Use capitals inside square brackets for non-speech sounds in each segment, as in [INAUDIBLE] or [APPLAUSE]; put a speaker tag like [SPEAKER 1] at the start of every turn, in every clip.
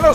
[SPEAKER 1] Yo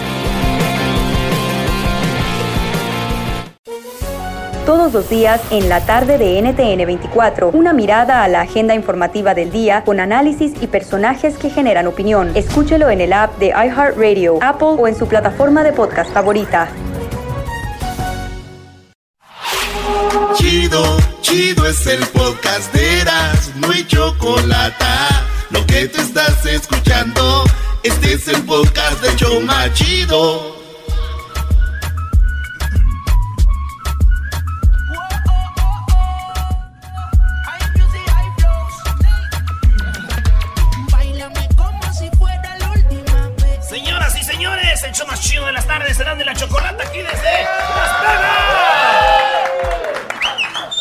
[SPEAKER 2] Todos los días en la tarde de NTN 24, una mirada a la agenda informativa del día con análisis y personajes que generan opinión. Escúchelo en el app de iHeartRadio, Apple o en su plataforma de podcast favorita.
[SPEAKER 3] Chido, chido es el podcast de Eras, no hay chocolate. Lo que te estás escuchando, este es el podcast de Choma Chido.
[SPEAKER 4] Bailame como si fuera la última vez.
[SPEAKER 5] Señoras y señores, el show más chido de las tardes será de la chocolata aquí desde Las Vegas.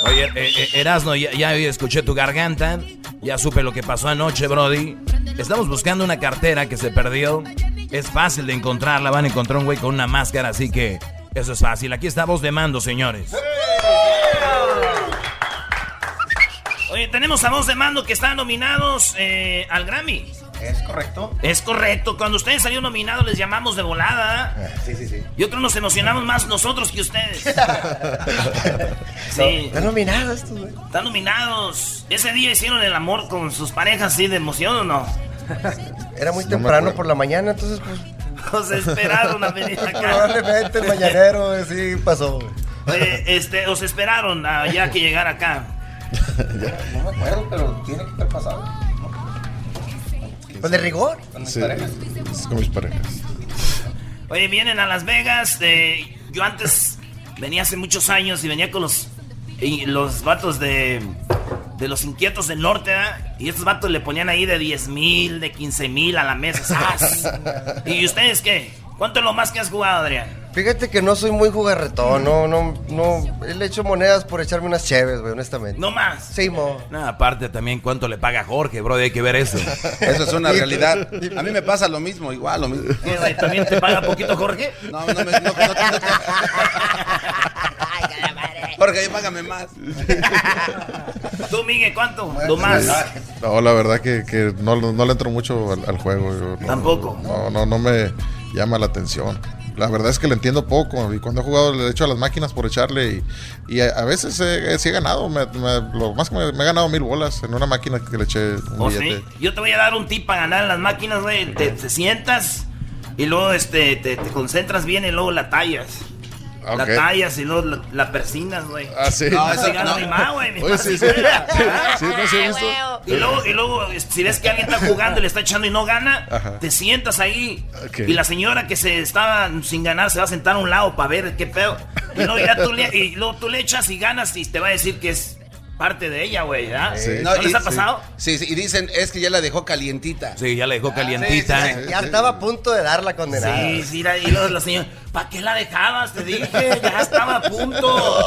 [SPEAKER 6] Oye, eh, eh, Erasno, ya, ya escuché tu garganta, ya supe lo que pasó anoche, Brody. Estamos buscando una cartera que se perdió. Es fácil de encontrarla, van a encontrar un güey con una máscara, así que eso es fácil. Aquí está voz de mando, señores.
[SPEAKER 5] Oye, tenemos a voz de mando que están nominados eh, al Grammy.
[SPEAKER 7] ¿Es correcto?
[SPEAKER 5] Es correcto, cuando ustedes salieron nominados les llamamos de volada. ¿ah?
[SPEAKER 7] Sí, sí, sí.
[SPEAKER 5] Y otros nos emocionamos más nosotros que
[SPEAKER 7] [LAUGHS]
[SPEAKER 5] ustedes.
[SPEAKER 7] No,
[SPEAKER 5] Sí,
[SPEAKER 7] Están nominados estos, güey.
[SPEAKER 5] están nominados. Ese día hicieron el amor con sus parejas, ¿sí? ¿De emoción o no?
[SPEAKER 7] Era muy temprano por la mañana, entonces, pues,
[SPEAKER 5] Nos esperaron a venir acá.
[SPEAKER 7] probablemente el mañanero, güey, sí pasó, güey. [LAUGHS]
[SPEAKER 5] Eh, este, os esperaron a- ya que llegara acá.
[SPEAKER 8] No me acuerdo, pero tiene que estar pasado.
[SPEAKER 7] Pues de rigor.
[SPEAKER 8] Con mis parejas.
[SPEAKER 9] Es con mis parejas.
[SPEAKER 5] Oye, vienen a Las Vegas. eh, yo antes venía hace muchos años y venía con los, y los vatos de, de los inquietos del norte. ¿verdad? Y estos vatos le ponían ahí de 10 mil, de 15 mil a la mesa.
[SPEAKER 9] [LAUGHS]
[SPEAKER 5] ¡zas! ¿Y ustedes qué? ¿Cuánto es lo más que has jugado, Adrián?
[SPEAKER 7] Fíjate que no soy muy jugarretón, no, no, no. Él le echo monedas por echarme unas cheves, güey, honestamente.
[SPEAKER 5] No más.
[SPEAKER 7] Sí, mo.
[SPEAKER 6] Nada, aparte también cuánto le paga Jorge, Brody, hay que ver eso.
[SPEAKER 9] [LAUGHS] Eso es
[SPEAKER 7] [LAUGHS]
[SPEAKER 9] una realidad. A mí me pasa lo mismo, igual, lo mismo.
[SPEAKER 5] ¿Qué, güey? ¿También te paga poquito, Jorge?
[SPEAKER 9] No, no me. No, no,
[SPEAKER 7] [LAUGHS]
[SPEAKER 9] Jorge, págame más.
[SPEAKER 5] [LAUGHS] ¿Tú, Miguel, cuánto? Lo más.
[SPEAKER 9] No, pues, la verdad que, que no, no le entro mucho al, al juego. yo no-
[SPEAKER 5] Tampoco.
[SPEAKER 9] No, no, no me llama la atención. La verdad es que le entiendo poco. Y cuando he jugado, le echo a las máquinas por echarle. Y, y a, a veces eh, sí he ganado. Me- me- lo más que me, me he ganado mil bolas en una máquina que le eché un
[SPEAKER 5] ¿O
[SPEAKER 9] billete.
[SPEAKER 5] ¿Oh, sí? Yo te voy a dar un tip para ganar en las máquinas, güey. Te, te sientas y luego este, te, te concentras bien y luego la tallas. La
[SPEAKER 9] Ok.
[SPEAKER 5] tallas y luego la, la persinas, güey.
[SPEAKER 9] Ah, sí.
[SPEAKER 5] No,
[SPEAKER 9] No,
[SPEAKER 5] eso,
[SPEAKER 9] eso-
[SPEAKER 5] no.
[SPEAKER 9] no.
[SPEAKER 5] más, güey. mi
[SPEAKER 9] Oye,
[SPEAKER 5] madre,
[SPEAKER 9] sí, sí.
[SPEAKER 5] fuera. [LAUGHS]
[SPEAKER 9] Sí, sí, no, sí he visto.
[SPEAKER 5] Y luego, y luego, es- si ves que alguien está jugando y le está echando y no gana,
[SPEAKER 9] Ajá.
[SPEAKER 5] te sientas ahí.
[SPEAKER 9] Ok.
[SPEAKER 5] Y la señora que se estaba sin ganar se va a sentar a un lado para ver qué pedo. Y luego, ya tú le, y luego tú le echas y ganas y te va a decir que es parte de ella, güey. ¿verdad?
[SPEAKER 9] Sí.
[SPEAKER 5] ¿No, les
[SPEAKER 9] y-
[SPEAKER 5] ha pasado? Ah,
[SPEAKER 9] Sí, sí, y dicen, es que ya la dejó calientita.
[SPEAKER 6] Sí, ya le dejó calientita.
[SPEAKER 7] Ya estaba a punto de dar la condenada.
[SPEAKER 5] Sí, sí, la- y luego la señora, ¿para qué la dejabas? Te dije, ya estaba a punto.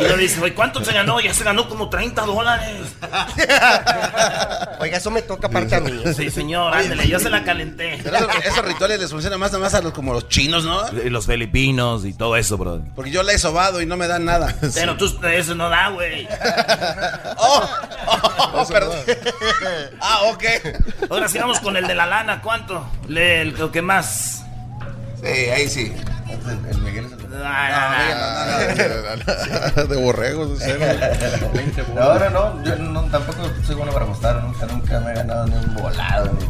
[SPEAKER 5] Y le dice, güey, ¿cuánto se ganó? Ya se ganó como 30 dólares.
[SPEAKER 7] Oiga, eso me toca aparte a mí.
[SPEAKER 5] Sí, señor, ándale, yo se la calenté.
[SPEAKER 9] Pero eso- esos, rituales les funcionan más, más a los como los chinos, ¿no?
[SPEAKER 6] Y los filipinos y todo eso, Brody.
[SPEAKER 9] Porque yo la he sobado y no me dan
[SPEAKER 7] [LAUGHS]
[SPEAKER 9] nada.
[SPEAKER 5] Pero tú, eso no da, güey.
[SPEAKER 9] Oh, oh, [LAUGHS] oh, perdón. Ah, ok.
[SPEAKER 5] Ahora sí vamos con el de la lana, ¿cuánto? Le, el, lo que más.
[SPEAKER 8] Sí, ahí sí. El Miguel es el
[SPEAKER 5] Ah,
[SPEAKER 9] [LAUGHS] De borregos, de cero.
[SPEAKER 8] No, ahora no, yo no, tampoco soy bueno para apostar, nunca, nunca me he ganado ni un volado. ni-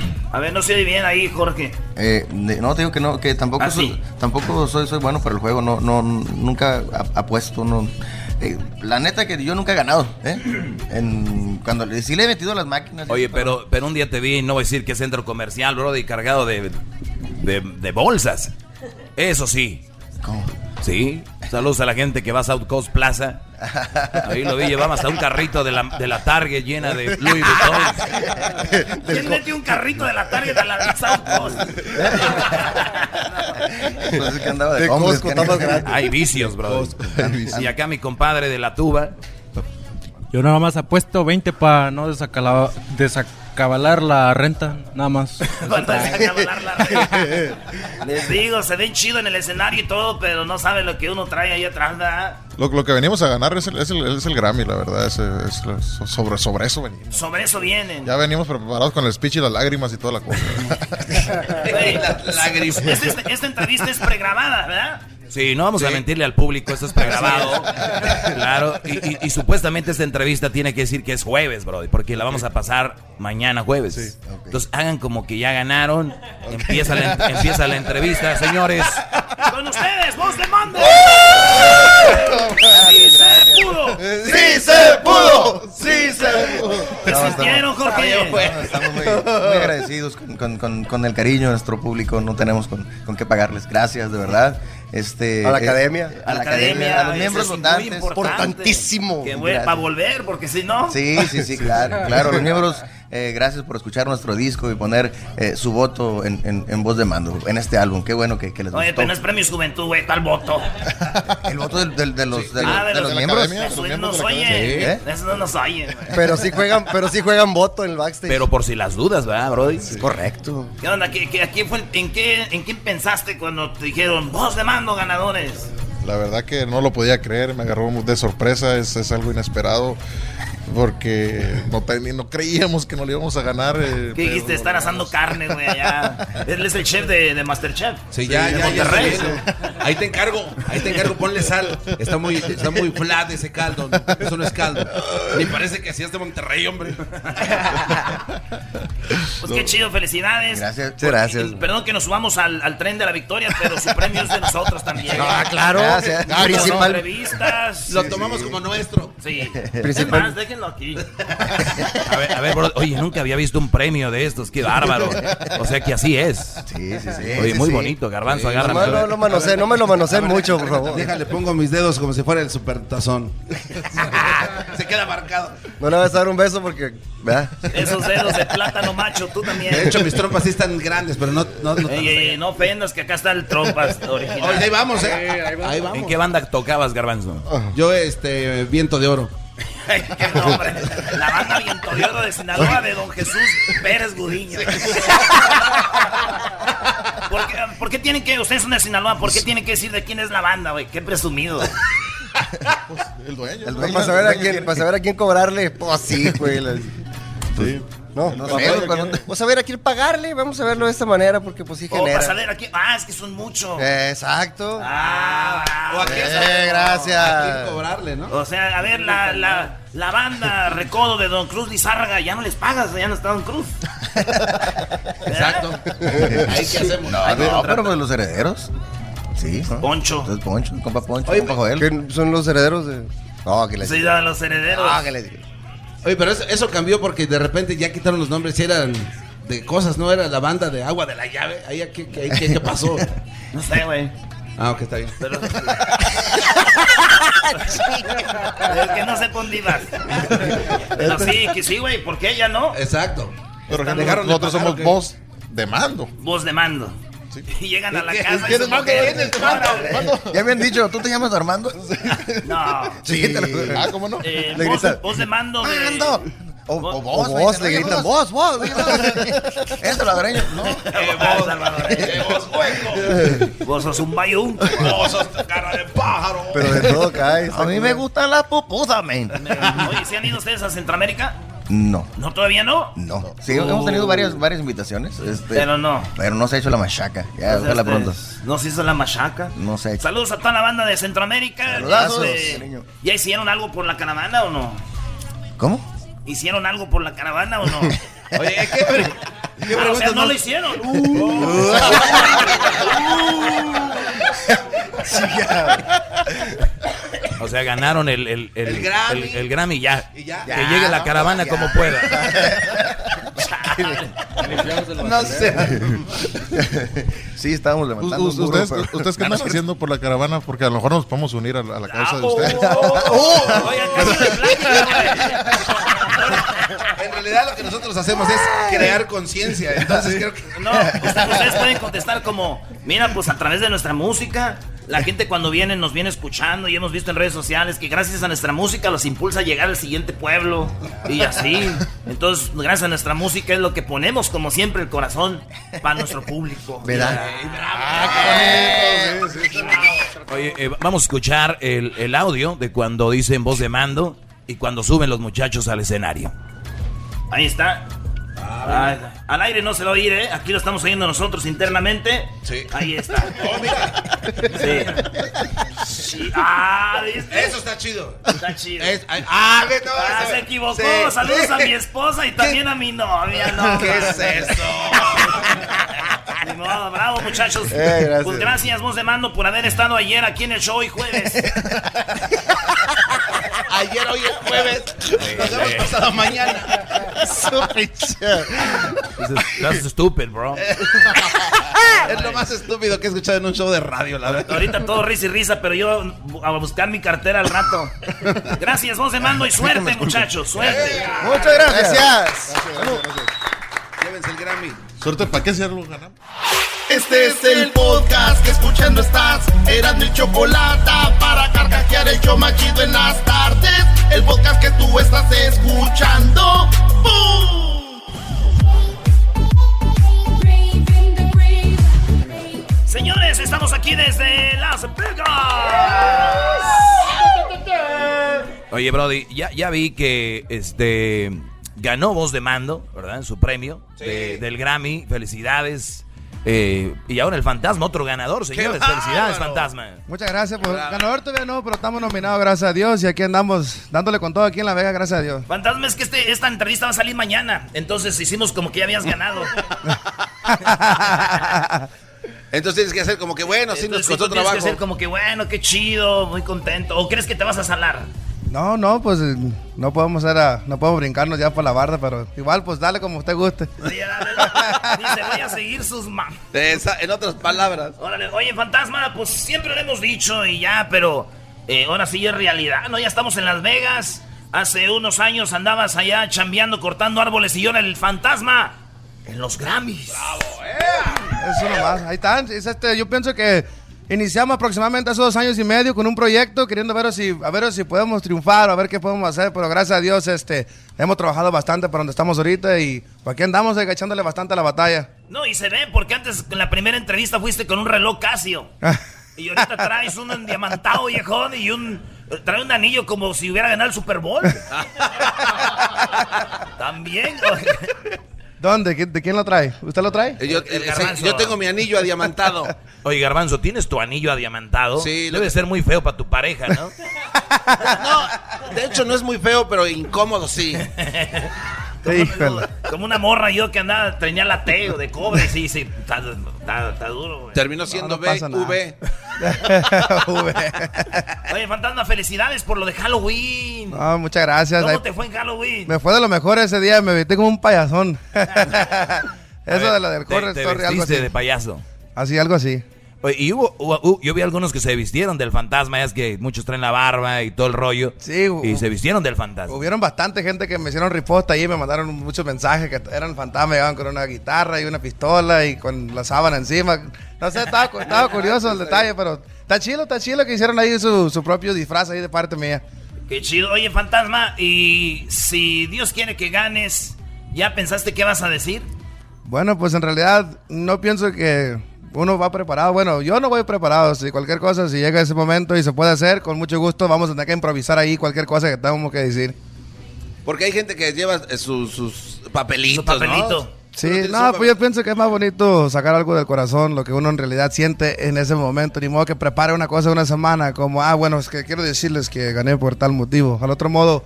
[SPEAKER 8] ni-
[SPEAKER 5] A ver, no se oye bien ahí, Jorge.
[SPEAKER 8] Eh, de- no, te digo que no, que tampoco,
[SPEAKER 5] Ah,
[SPEAKER 8] soy,
[SPEAKER 5] sí.
[SPEAKER 8] tampoco soy, soy bueno para el juego, no, no, nunca a- apuesto, no. Eh, la neta que yo nunca he ganado,
[SPEAKER 5] [CLEARS THROAT]
[SPEAKER 8] ¿eh? En, cuando le- sí le he metido a las máquinas.
[SPEAKER 6] Oye, pero, pero un día te vi, no voy a decir que centro comercial, Brody, cargado de, de, de bolsas. Eso sí,
[SPEAKER 8] ¿Cómo?
[SPEAKER 6] sí. Saludos a la gente que va a South Coast Plaza. Ahí lo vi, llevaba hasta un carrito de la, de la Target llena de Louis Vuitton.
[SPEAKER 9] [LAUGHS]
[SPEAKER 5] ¿Quién mete un carrito de la Target a la South Coast?
[SPEAKER 9] ¿Eh?
[SPEAKER 8] Pues es que andaba de
[SPEAKER 6] De
[SPEAKER 8] hombres,
[SPEAKER 6] Costco,
[SPEAKER 8] canijo.
[SPEAKER 6] está más grande. Hay vicios, bro. Y acá mi compadre de la
[SPEAKER 5] [LAUGHS]
[SPEAKER 6] tuba.
[SPEAKER 10] Yo nada más apuesto 20 para no desacala- desacabalar la renta,
[SPEAKER 6] [LAUGHS]
[SPEAKER 10] nada más.
[SPEAKER 5] Les digo, se ven chido en el escenario y todo, pero no saben lo que uno trae ahí atrás, ¿verdad?
[SPEAKER 9] Lo, lo que venimos a ganar es el, es el- es el Grammy, la verdad. Es, es- es- sobre, sobre eso venimos.
[SPEAKER 5] Sobre eso vienen.
[SPEAKER 9] Ya venimos preparados con el speech y las lágrimas y toda la cosa.
[SPEAKER 5] Güey, este- este- esta entrevista es pregrabada, ¿verdad?
[SPEAKER 6] Sí, no vamos a mentirle al público, esto es
[SPEAKER 9] [LAUGHS]
[SPEAKER 6] pregrabado. claro, y, y- y supuestamente esta entrevista tiene que decir que es jueves, bro, porque la vamos a pasar mañana jueves. Entonces hagan como que ya ganaron, empieza, la, en- empieza la entrevista, señores.
[SPEAKER 5] Con ustedes, voz de mando. ¡Sí se pudo!
[SPEAKER 8] ¡Sí se pudo! ¡Sí se pudo!
[SPEAKER 5] ¿Qué
[SPEAKER 8] No,
[SPEAKER 5] sintieron,
[SPEAKER 8] estamos-
[SPEAKER 5] Jorge?
[SPEAKER 8] Estamos muy, muy agradecidos con, con- con- con el cariño de nuestro público. No tenemos con, con qué pagarles. Gracias, de verdad. Este,
[SPEAKER 7] A la
[SPEAKER 8] eh,
[SPEAKER 7] academia.
[SPEAKER 8] A la academia. A los
[SPEAKER 5] eso
[SPEAKER 8] miembros
[SPEAKER 5] es muy
[SPEAKER 8] votantes.
[SPEAKER 5] importante. Que bueno,
[SPEAKER 8] Gracias.
[SPEAKER 5] para volver, porque si no.
[SPEAKER 8] Sí, sí,
[SPEAKER 5] [LAUGHS]
[SPEAKER 8] sí, claro, claro. Los miembros, eh, gracias por escuchar nuestro disco y poner eh, su voto en, en- en voz de mando en este álbum. Qué bueno que, que les
[SPEAKER 5] Oye,
[SPEAKER 8] gustó.
[SPEAKER 5] pero no es premios juventud, güey, tal voto.
[SPEAKER 8] El voto del- del- de, los, de los-
[SPEAKER 5] Ah,
[SPEAKER 8] de los miembros.
[SPEAKER 5] Eso no nos oye.
[SPEAKER 8] ¿Eh?
[SPEAKER 5] Eso no nos oye, güey.
[SPEAKER 7] Pero sí juegan, pero sí juegan voto en el backstage.
[SPEAKER 6] Pero por si las dudas, ¿verdad, bro?
[SPEAKER 8] Correcto.
[SPEAKER 5] ¿Qué onda? ¿Qué, qué- a quién fue el- en, qué, ¿En quién pensaste cuando te dijeron voz de mando ganadores?
[SPEAKER 9] La verdad que no lo podía creer, me agarró de sorpresa, es, es algo inesperado, porque no, teni- no creíamos que no le íbamos a ganar. eh,
[SPEAKER 5] ¿Qué dijiste?
[SPEAKER 9] pero- [LAUGHS]
[SPEAKER 5] Estar asando carne, güey,
[SPEAKER 11] [LAUGHS]
[SPEAKER 5] allá. Él es el chef de, de Masterchef.
[SPEAKER 11] Sí, ya,
[SPEAKER 5] de
[SPEAKER 11] ya, ya.
[SPEAKER 5] Monterrey.
[SPEAKER 11] estoy viendo. Ahí te encargo, ahí te encargo, ponle sal. Está muy, está muy flat ese caldo. ¿no? Eso no es caldo. Ni parece que hacías de Monterrey, hombre.
[SPEAKER 5] [LAUGHS] Pues qué chido, felicidades.
[SPEAKER 8] Gracias,
[SPEAKER 5] Por-
[SPEAKER 8] gracias.
[SPEAKER 5] y- Perdón que nos subamos al, al tren de la victoria, pero su premio es de nosotros también.
[SPEAKER 8] [LAUGHS] Ah, claro. Gracias.
[SPEAKER 5] Como
[SPEAKER 8] Principal-
[SPEAKER 5] entrevistas.
[SPEAKER 11] Lo tomamos como nuestro.
[SPEAKER 5] Sí.
[SPEAKER 11] Principal-
[SPEAKER 5] Es más, déjenlo aquí.
[SPEAKER 6] A ver, a ver, bro, oye, nunca había visto un premio de estos, qué bárbaro. O sea que así es.
[SPEAKER 8] Sí, sí, sí.
[SPEAKER 6] Oye,
[SPEAKER 11] sí,
[SPEAKER 6] muy
[SPEAKER 11] sí.
[SPEAKER 6] bonito, garbanzo,
[SPEAKER 11] Sí,
[SPEAKER 6] agarra.
[SPEAKER 7] No, no, no manoseen, no me lo manoseen mucho, por favor.
[SPEAKER 11] Déjale, pongo mis dedos como si fuera el supertazón. Se queda marcado.
[SPEAKER 7] No le vas a dar un beso porque. ¿verdad?
[SPEAKER 5] Esos dedos de plátano macho, tú también.
[SPEAKER 11] De hecho, mis trompas sí están grandes, pero no. no, no
[SPEAKER 5] Ey, ey, ey, no ofendas que acá está el trompas original.
[SPEAKER 11] Oye, ahí vamos, ¿eh? ahí vamos.
[SPEAKER 6] ¿En qué banda tocabas, garbanzo?
[SPEAKER 7] Ah.
[SPEAKER 11] Yo, este, viento de
[SPEAKER 7] [LAUGHS]
[SPEAKER 11] oro.
[SPEAKER 5] Qué nombre. La banda Viento de Oro de Sinaloa de Don Jesús Pérez Gudiño. ¿Por qué, por qué tienen que, ustedes son de Sinaloa, por qué tienen que decir de quién es la banda, güey? Qué presumido.
[SPEAKER 9] El dueño.
[SPEAKER 8] El
[SPEAKER 9] ¿no?
[SPEAKER 8] dueño.
[SPEAKER 7] Para saber a quién, para saber a quién cobrarle. Pues sí, güey. la-
[SPEAKER 9] Sí.
[SPEAKER 7] No,
[SPEAKER 8] No
[SPEAKER 7] vamos,
[SPEAKER 8] sé,
[SPEAKER 7] a ver,
[SPEAKER 8] cuando-
[SPEAKER 7] vamos a ver a quién pagarle, vamos a verlo de esta manera porque pues sí
[SPEAKER 5] O para
[SPEAKER 7] genera.
[SPEAKER 5] saber Oh, aquí. Ah, es que son muchos.
[SPEAKER 7] Exacto. [LAUGHS]
[SPEAKER 5] Ah,
[SPEAKER 11] O aquí
[SPEAKER 7] Eh,
[SPEAKER 11] saber-
[SPEAKER 7] gracias.
[SPEAKER 11] a quién cobrarle, ¿no?
[SPEAKER 5] O sea, a ver, la, la, la banda Recodo de Don Cruz Lizárraga, ya no les pagas, ya no está Don Cruz.
[SPEAKER 11] Exacto. Ahí qué hacemos.
[SPEAKER 8] No,
[SPEAKER 11] Ahí
[SPEAKER 8] no,
[SPEAKER 11] contrata-
[SPEAKER 8] pero pues los herederos. Sí. ¿no?
[SPEAKER 5] Poncho.
[SPEAKER 8] Entonces, Poncho, compa Poncho,
[SPEAKER 11] Oye,
[SPEAKER 8] compa Joel.
[SPEAKER 7] Que son los herederos de.
[SPEAKER 8] No, que les
[SPEAKER 5] Soy de los herederos.
[SPEAKER 8] No, que les
[SPEAKER 11] Oye, pero eso, eso cambió porque de repente ya quitaron los nombres y eran de cosas, ¿no? Era la banda de agua de la llave. Ahí, ¿qué, qué, qué- qué pasó?
[SPEAKER 5] [LAUGHS] No sé, güey.
[SPEAKER 11] Ah, ok, está bien. [LAUGHS]
[SPEAKER 5] Pero... [LAUGHS] es que no sé con divas. Pero sí, que sí, güey, ¿por qué ella no?
[SPEAKER 11] Exacto.
[SPEAKER 9] Pero
[SPEAKER 11] Dejaron
[SPEAKER 9] ejemplo,
[SPEAKER 11] de
[SPEAKER 9] nosotros
[SPEAKER 11] pagar,
[SPEAKER 9] somos
[SPEAKER 11] ¿o qué?
[SPEAKER 9] voz de mando.
[SPEAKER 5] Voz de mando. [LAUGHS] Y llegan a la
[SPEAKER 11] ¿Qué-
[SPEAKER 5] casa. y
[SPEAKER 11] qué
[SPEAKER 5] su
[SPEAKER 11] mando?
[SPEAKER 5] mujer-
[SPEAKER 11] ¿Quién
[SPEAKER 5] [LAUGHS]
[SPEAKER 11] es tu mando?
[SPEAKER 8] Ya me han dicho, ¿tú te llamas Armando?
[SPEAKER 5] No.
[SPEAKER 8] Sí, te lo
[SPEAKER 9] Ah, ¿cómo no?
[SPEAKER 5] Eh,
[SPEAKER 7] Le
[SPEAKER 5] voz,
[SPEAKER 7] grita,
[SPEAKER 5] voz de mando. de-
[SPEAKER 8] ¡Armando! O,
[SPEAKER 5] Voz-
[SPEAKER 8] o
[SPEAKER 7] O
[SPEAKER 8] vos,
[SPEAKER 7] vos, le gritan, vos, vos.
[SPEAKER 8] Eso ladreño, no.
[SPEAKER 5] Eh, voz salvadoreña. Vos sos un bayún. Vos sos cara de pájaro.
[SPEAKER 7] Pero de todo cae.
[SPEAKER 8] A mí me gustan las pupusas, men.
[SPEAKER 5] Eh, Oye, ¿se han ido ustedes a Centroamérica?
[SPEAKER 8] No,
[SPEAKER 5] No, todavía no.
[SPEAKER 8] no. Sí, hemos tenido varias, varias invitaciones. este,
[SPEAKER 5] Pero no.
[SPEAKER 8] Pero no se ha hecho la machaca. Ya, ojalá
[SPEAKER 5] Este,
[SPEAKER 8] pronto.
[SPEAKER 5] No se hizo la machaca.
[SPEAKER 8] No se ha hecho.
[SPEAKER 5] Saludos a toda la banda de Centroamérica.
[SPEAKER 8] Saludazos,
[SPEAKER 5] Este,
[SPEAKER 8] cariño.
[SPEAKER 5] ¿Ya hicieron algo por la caravana o no?
[SPEAKER 8] ¿Cómo?
[SPEAKER 5] ¿Hicieron algo por la caravana o no?
[SPEAKER 11] [LAUGHS] Oye, ¿qué, pre- qué
[SPEAKER 5] Ah, o sea,
[SPEAKER 11] preguntas
[SPEAKER 5] no
[SPEAKER 11] más-
[SPEAKER 5] lo
[SPEAKER 11] [LAUGHS]
[SPEAKER 5] hicieron. Uh,
[SPEAKER 6] O sea, ganaron el, el, el,
[SPEAKER 11] El Grammy.
[SPEAKER 6] el- el Grammy ya.
[SPEAKER 11] Y ya. [LAUGHS]
[SPEAKER 6] Que llegue la caravana como pueda.
[SPEAKER 8] No sé. [LAUGHS] sí, estábamos levantando.
[SPEAKER 9] U- u-
[SPEAKER 8] un muro,
[SPEAKER 9] ¿Ustedes,
[SPEAKER 8] pero-
[SPEAKER 9] ustedes
[SPEAKER 8] [LAUGHS]
[SPEAKER 9] qué
[SPEAKER 8] No, no
[SPEAKER 9] andan
[SPEAKER 8] es cierto.
[SPEAKER 9] haciendo por la caravana? Porque a lo mejor nos podemos unir a la, a
[SPEAKER 5] Ah,
[SPEAKER 9] la causa
[SPEAKER 5] pues.
[SPEAKER 9] de ustedes.
[SPEAKER 12] En realidad lo que nosotros hacemos es crear conciencia. Entonces creo que.
[SPEAKER 5] No, ustedes ustedes pueden contestar como, mira, pues a través de nuestra música, la gente cuando viene nos viene escuchando y hemos visto en redes sociales que gracias a nuestra música los impulsa a llegar al siguiente pueblo y así. Entonces, gracias a nuestra música es lo que ponemos como siempre el corazón para nuestro público.
[SPEAKER 8] ¿Verdad?
[SPEAKER 5] Ay,
[SPEAKER 6] Oye, eh, vamos a escuchar el, el audio de cuando dicen voz de mando y cuando suben los muchachos al escenario.
[SPEAKER 5] Ahí está. Ay, al aire no se va a oír, ¿eh? Aquí lo estamos oyendo nosotros internamente. Sí. Ahí está. Sí. Ah, ¿viste?
[SPEAKER 12] Eso está chido.
[SPEAKER 5] Está chido.
[SPEAKER 12] ah, ve, no,
[SPEAKER 5] Ah,
[SPEAKER 12] esa-
[SPEAKER 5] se equivocó.
[SPEAKER 12] sí.
[SPEAKER 5] Saludos a mi
[SPEAKER 11] [LAUGHS]
[SPEAKER 12] [LAUGHS]
[SPEAKER 5] esposa y también a mi novia. No,
[SPEAKER 12] ¿Qué es
[SPEAKER 5] eso? Ni modo, bravo, muchachos.
[SPEAKER 12] Eh, gracias.
[SPEAKER 5] Pues gracias, voz de mando, por haber estado ayer aquí en el show y jueves.
[SPEAKER 12] [LAUGHS] Ayer, hoy es jueves. Nos hemos pasado [LAUGHS] mañana.
[SPEAKER 6] Estás estúpido, bro.
[SPEAKER 12] [LAUGHS] es lo más estúpido que he escuchado en un show de radio, la
[SPEAKER 5] [LAUGHS]
[SPEAKER 12] verdad.
[SPEAKER 5] Ahorita todo risa y risa, pero yo bu- a buscar mi cartera al rato. Gracias, voz de mando y suerte, muchachos. Suerte.
[SPEAKER 12] Eh,
[SPEAKER 8] Muchas gracias.
[SPEAKER 12] Llévense el Grammy.
[SPEAKER 9] Suerte, ¿para qué hacerlo? Ganamos.
[SPEAKER 3] Este es el podcast que escuchando estás. Eran mi chocolate para carcajear el yo machido en las tardes. El podcast que tú estás escuchando. ¡Bum!
[SPEAKER 5] Señores, estamos aquí desde Las Vegas.
[SPEAKER 6] Oye, Brody, ya, ya vi que este ganó voz de mando, ¿verdad? En su premio de- del Grammy. Felicidades. Eh, y ahora el fantasma, otro ganador, señores. Felicidades, fantasma.
[SPEAKER 13] Muchas gracias. Por... Ganador todavía no, pero estamos nominados, gracias a Dios. Y aquí andamos dándole con todo aquí en La Vega, gracias a Dios.
[SPEAKER 5] Fantasma, es que este- esta entrevista va a salir mañana. Entonces hicimos como que ya habías ganado.
[SPEAKER 12] [LAUGHS] Entonces tienes que hacer como que, bueno, sí nos
[SPEAKER 5] Entonces,
[SPEAKER 12] costó
[SPEAKER 5] tú tienes
[SPEAKER 12] trabajo.
[SPEAKER 5] que ser como que, bueno, qué chido, muy contento. ¿O crees que te vas a salar?
[SPEAKER 13] No, no, pues eh, no podemos ser a- no podemos brincarnos ya por la barda, pero igual, pues dale como usted guste.
[SPEAKER 5] Dice, voy a seguir sus mam.
[SPEAKER 12] en otras palabras.
[SPEAKER 5] Órale, oye, fantasma, pues siempre lo hemos dicho y ya, pero eh, ahora sí es realidad, ¿no? Ya estamos en Las Vegas. Hace unos años andabas allá chambeando, cortando árboles y ahora el fantasma en los Grammys.
[SPEAKER 13] Es uno más. Ahí están. Es este, yo pienso que iniciamos aproximadamente hace dos años y medio con un proyecto queriendo ver si, a ver si podemos triunfar, a ver qué podemos hacer. Pero gracias a Dios este, hemos trabajado bastante para donde estamos ahorita y por aquí andamos eh, echándole bastante a la batalla.
[SPEAKER 5] No, y se ve, porque antes en la primera entrevista fuiste con un reloj Casio.
[SPEAKER 12] Ah.
[SPEAKER 5] Y ahorita traes un diamantado
[SPEAKER 12] [LAUGHS]
[SPEAKER 5] viejón y un. eh, Trae un anillo como si hubiera ganado el Super
[SPEAKER 12] [LAUGHS]
[SPEAKER 5] Bowl. También.
[SPEAKER 13] ¿Dónde? ¿Qui- ¿De quién lo trae? ¿Usted lo trae?
[SPEAKER 12] Yo, eh,
[SPEAKER 6] garbanzo.
[SPEAKER 12] yo tengo mi anillo adiamantado.
[SPEAKER 6] Oye, Garbanzo, ¿tienes tu anillo adiamantado?
[SPEAKER 12] Sí, lo
[SPEAKER 6] Debe
[SPEAKER 12] que-
[SPEAKER 6] ser muy feo para tu pareja, ¿no?
[SPEAKER 12] De hecho, [LAUGHS] no es muy feo, pero
[SPEAKER 6] [LAUGHS]
[SPEAKER 12] incómodo sí.
[SPEAKER 13] [LAUGHS] Híjole.
[SPEAKER 5] Como una morra yo que andaba, tenía lateo de cobre. Sí, sí. Está, está- está duro, güey.
[SPEAKER 12] Terminó siendo B, V. [LAUGHS]
[SPEAKER 5] Oye, Fantasma, felicidades por lo de Halloween.
[SPEAKER 13] No, Ah, muchas gracias.
[SPEAKER 5] ¿Cómo
[SPEAKER 13] Ahí-
[SPEAKER 5] te fue en Halloween?
[SPEAKER 13] Me fue de lo mejor ese día, me vestí como un
[SPEAKER 6] [LAUGHS]
[SPEAKER 13] payasón.
[SPEAKER 6] A
[SPEAKER 13] Eso
[SPEAKER 6] ver,
[SPEAKER 13] de la del
[SPEAKER 6] te-
[SPEAKER 13] horror
[SPEAKER 6] te
[SPEAKER 13] story, algo
[SPEAKER 6] vestiste
[SPEAKER 13] así.
[SPEAKER 6] de payaso.
[SPEAKER 13] Así, algo así.
[SPEAKER 6] Oye, y hubo, hubo- hubo- yo vi algunos que se vistieron del fantasma, ya es que muchos traen la barba y todo el rollo.
[SPEAKER 13] Sí, hu-
[SPEAKER 6] Y se vistieron del fantasma.
[SPEAKER 13] Hubieron bastante gente que me hicieron riposta ahí, me mandaron muchos mensajes que eran fantasmas, llegaban con una guitarra y una pistola y con la sábana encima. No sé, estaba, cu- estaba curioso
[SPEAKER 6] [LAUGHS]
[SPEAKER 13] el detalle, pero está chido, está chido que hicieron ahí su, su propio disfraz ahí de parte mía.
[SPEAKER 5] Qué chido. Oye, Fantasma, y si Dios quiere que ganes, ¿ya pensaste qué vas a decir?
[SPEAKER 13] Bueno, pues en realidad no pienso que uno va preparado. Bueno, yo no voy preparado. Si cualquier cosa, si llega ese momento y se puede hacer, con mucho gusto vamos a tener que improvisar ahí cualquier cosa que tengamos que decir.
[SPEAKER 12] Porque hay gente que lleva eh, sus, sus papelitos,
[SPEAKER 5] Su papelito.
[SPEAKER 12] ¿no?
[SPEAKER 13] Sí, no, pues yo pienso que es más bonito sacar algo del corazón, lo que uno en realidad siente en ese momento, ni modo que prepare una cosa una semana, como, ah, bueno, es que quiero decirles que gané por tal motivo. Al otro modo,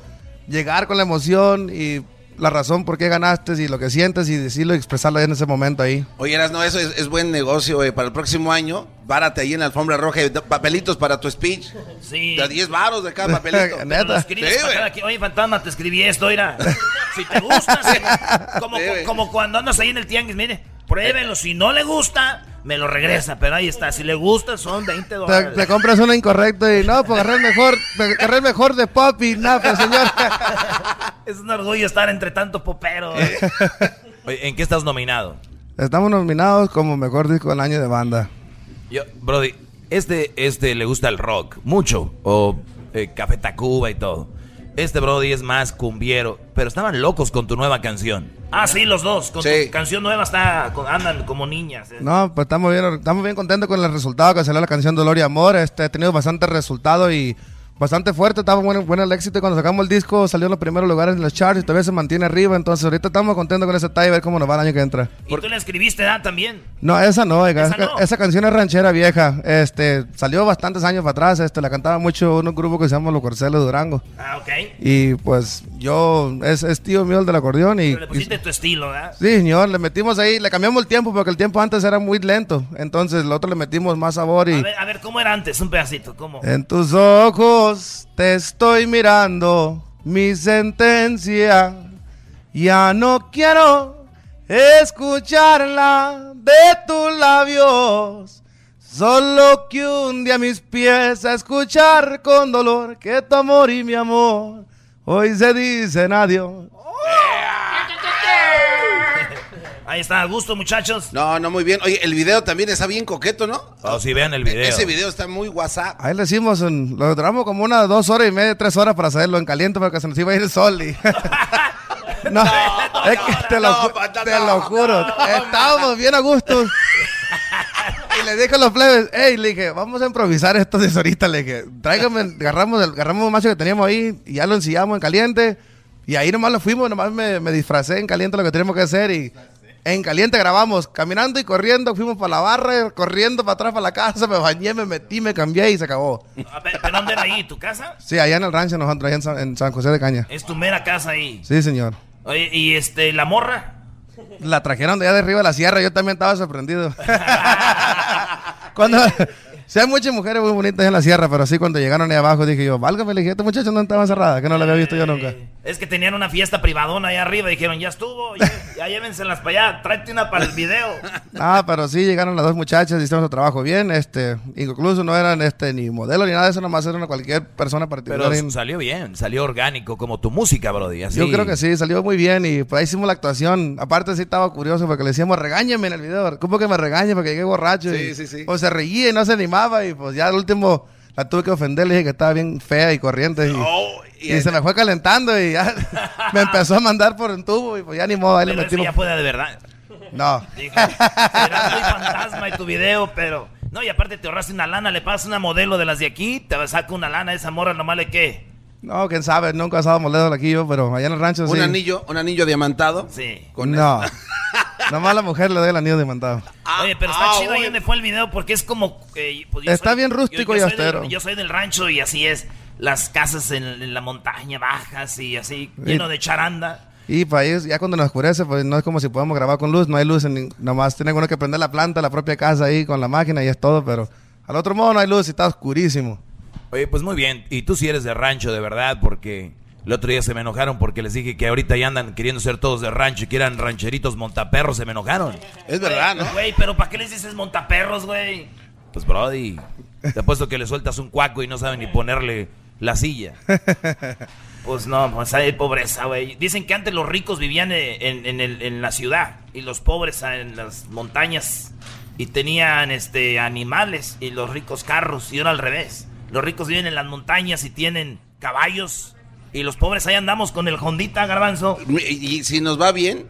[SPEAKER 13] llegar con la emoción y la razón por qué ganaste y lo que sientes y decirlo y expresarlo en ese momento ahí.
[SPEAKER 12] Oye, no, eso es, es buen negocio, güey. Para el próximo año, párate ahí en la alfombra roja y da papelitos para tu speech.
[SPEAKER 5] Sí.
[SPEAKER 12] De a 10 varos de cada papelito.
[SPEAKER 5] [LAUGHS] Te lo escribes para cada quien. Oye, Fantasma, te escribí esto, era. Si te gusta, si- como, como cuando andas ahí en el tianguis, mire, pruébelo. Si no le gusta, me lo regresa. Pero ahí está, si le gusta, son 20
[SPEAKER 13] Te,
[SPEAKER 5] dólares.
[SPEAKER 13] te compras uno incorrecto y no, pues agarré el mejor, me agarré el mejor de pop y nada, pues, señor.
[SPEAKER 5] [LAUGHS] Es un orgullo estar entre tanto popero. ¿eh?
[SPEAKER 6] Oye, ¿En qué estás nominado?
[SPEAKER 13] Estamos nominados como mejor disco del año de banda.
[SPEAKER 6] Yo, Brody, este, este le gusta el rock, mucho, o eh, Café Tacuba y todo. Este Brody es más cumbiero, pero estaban locos con tu nueva canción.
[SPEAKER 5] Ah, sí, los dos. Con tu canción nueva está, con- andan como niñas. eh.
[SPEAKER 13] No, pues estamos bien, estamos bien contentos con el resultado que salió la canción Dolor y Amor. Este, ha tenido bastante resultado y bastante fuerte. Estaba bueno, bueno el éxito. Y cuando sacamos el disco salió en los primeros lugares en los charts y todavía se mantiene arriba. Entonces ahorita estamos contentos con ese tie a ver cómo nos va el año que entra.
[SPEAKER 5] Y tú la escribiste, ¿ah? También.
[SPEAKER 13] No, esa no, oiga.
[SPEAKER 5] ¿Esa
[SPEAKER 13] Esa,
[SPEAKER 5] no?
[SPEAKER 13] esa canción es ranchera vieja. Este, salió bastantes años para atrás. Este, la cantaba mucho unos grupos que se llaman Los Corceles de Durango.
[SPEAKER 5] Ah, ok.
[SPEAKER 13] Y pues yo, es, es tío mío el del acordeón y...
[SPEAKER 5] Pero le pusiste Pues tu estilo, ¿verdad?
[SPEAKER 13] Sí, señor, le metimos ahí, le cambiamos el tiempo porque el tiempo antes era muy lento. Entonces, el otro le metimos más sabor y...
[SPEAKER 5] A ver, a ver, ¿cómo era antes? Un pedacito, ¿cómo?
[SPEAKER 13] En tus ojos te estoy mirando, mi sentencia. Ya no quiero escucharla de tus labios. Solo que un día mis pies a escuchar con dolor que tu amor y mi amor hoy se dicen adiós.
[SPEAKER 5] Ahí está, a gusto, muchachos.
[SPEAKER 12] No, no, muy bien. Oye, el video también está bien coqueto, ¿no?
[SPEAKER 6] O si Oh, vean el video.
[SPEAKER 12] Ese video está muy WhatsApp.
[SPEAKER 13] Ahí le hicimos, un- lo duramos como unas dos horas y media, tres horas para hacerlo en caliente porque se nos iba a ir el sol. y- [LAUGHS] no, es que te lo, ju- te lo juro, estábamos bien a gusto. Y le dije a los plebes, hey, le dije, vamos a improvisar esto de ahorita, le dije, tráigame, agarramos, el, agarramos un macho que teníamos ahí y ya lo ensillamos en caliente. Y ahí nomás lo fuimos, nomás me, me disfracé en caliente lo que teníamos que hacer y en caliente grabamos, caminando y corriendo, fuimos para la barra, corriendo para atrás para la casa, me bañé, me metí, me cambié y se acabó.
[SPEAKER 5] A ver, ¿Pero dónde era ahí? ¿Tu casa?
[SPEAKER 13] Sí, allá en el rancho nosotros, allá en San, en San José de Caña.
[SPEAKER 5] Es tu mera casa ahí.
[SPEAKER 13] Sí, señor.
[SPEAKER 5] Oye, ¿y este, la morra?
[SPEAKER 13] La trajeron de allá de arriba de la sierra, yo también estaba sorprendido. cuando, sí hay muchas mujeres muy bonitas en la sierra, pero sí cuando llegaron ahí abajo dije yo, válgame, le dije, este muchacho no estaba cerrada, que no la había visto yo nunca.
[SPEAKER 5] Es que tenían una fiesta privadona allá arriba y dijeron, ya estuvo, ya, ya llévenselas para allá, tráete una para el video.
[SPEAKER 13] Ah, pero sí llegaron las dos muchachas, hicieron su trabajo bien, este, incluso no eran este ni modelo ni nada de eso, nomás eran cualquier persona particular.
[SPEAKER 6] Pero
[SPEAKER 13] Y-
[SPEAKER 6] salió bien, salió orgánico, como tu música, Brody. Así.
[SPEAKER 13] Yo creo que sí, salió muy bien y pues ahí hicimos la actuación. Aparte sí estaba curioso porque le decíamos, regáñeme en el video, ¿cómo que me regañe? Porque llegué borracho.
[SPEAKER 12] Sí,
[SPEAKER 13] y,
[SPEAKER 12] sí, sí.
[SPEAKER 13] Pues se reía y no se animaba y pues ya al último la tuve que ofender, le dije que estaba bien fea y corriente y,
[SPEAKER 1] Oh,
[SPEAKER 13] y se me fue calentando y ya [LAUGHS] me empezó a mandar por un tubo y pues ya ni modo, ahí le
[SPEAKER 5] Pero eso
[SPEAKER 13] metimos.
[SPEAKER 5] ya fue de verdad.
[SPEAKER 13] No, [LAUGHS]
[SPEAKER 5] Dijo, será muy fantasma y tu video, pero... No, y aparte te ahorraste una lana, le pasas una modelo de las de aquí, te saca una lana, esa morra nomás le qué.
[SPEAKER 13] no, quién sabe, nunca he estado molesto aquí yo, pero allá en el rancho
[SPEAKER 12] Un
[SPEAKER 13] sí.
[SPEAKER 12] anillo, un anillo diamantado.
[SPEAKER 5] Sí.
[SPEAKER 13] No, nomás a la mujer le doy el anillo diamantado.
[SPEAKER 12] Ah,
[SPEAKER 5] Oye, pero está Ah, chido ahí donde fue el video porque es como... eh, pues yo
[SPEAKER 13] Ah, Está bien rústico y
[SPEAKER 5] soy del-
[SPEAKER 13] austero.
[SPEAKER 5] yo soy del rancho y así es. Las casas en, en la montaña bajas y así,
[SPEAKER 13] Y-
[SPEAKER 5] lleno de charanda.
[SPEAKER 13] Y pues ahí, ya cuando nos oscurece, pues no es como si podamos grabar con luz, no hay luz, en nin- nomás tiene uno que prender la planta, la propia casa ahí con la máquina y es todo, pero al otro modo no hay luz y está oscurísimo.
[SPEAKER 6] Oye, pues muy bien. Y tú sí eres de rancho, de verdad, porque el otro día se me enojaron porque les dije que ahorita ya andan queriendo ser todos de rancho y que eran rancheritos montaperros, se me enojaron.
[SPEAKER 12] Es
[SPEAKER 5] verdad, ¿no? Güey, pero ¿para qué les dices montaperros, güey?
[SPEAKER 6] Pues, Brody, te apuesto que le sueltas un cuaco y no saben ni ponerle la silla.
[SPEAKER 5] [LAUGHS] Pues no, pues hay pobreza, güey. Dicen que antes los ricos vivían eh, en, en el- en la ciudad y los pobres ah, en las montañas y tenían este animales y los ricos carros y ahora al revés. Los ricos viven en las montañas y tienen caballos y los pobres ahí andamos con el Hondita Garbanzo.
[SPEAKER 12] Y, y si nos
[SPEAKER 5] [LAUGHS]
[SPEAKER 12] va bien,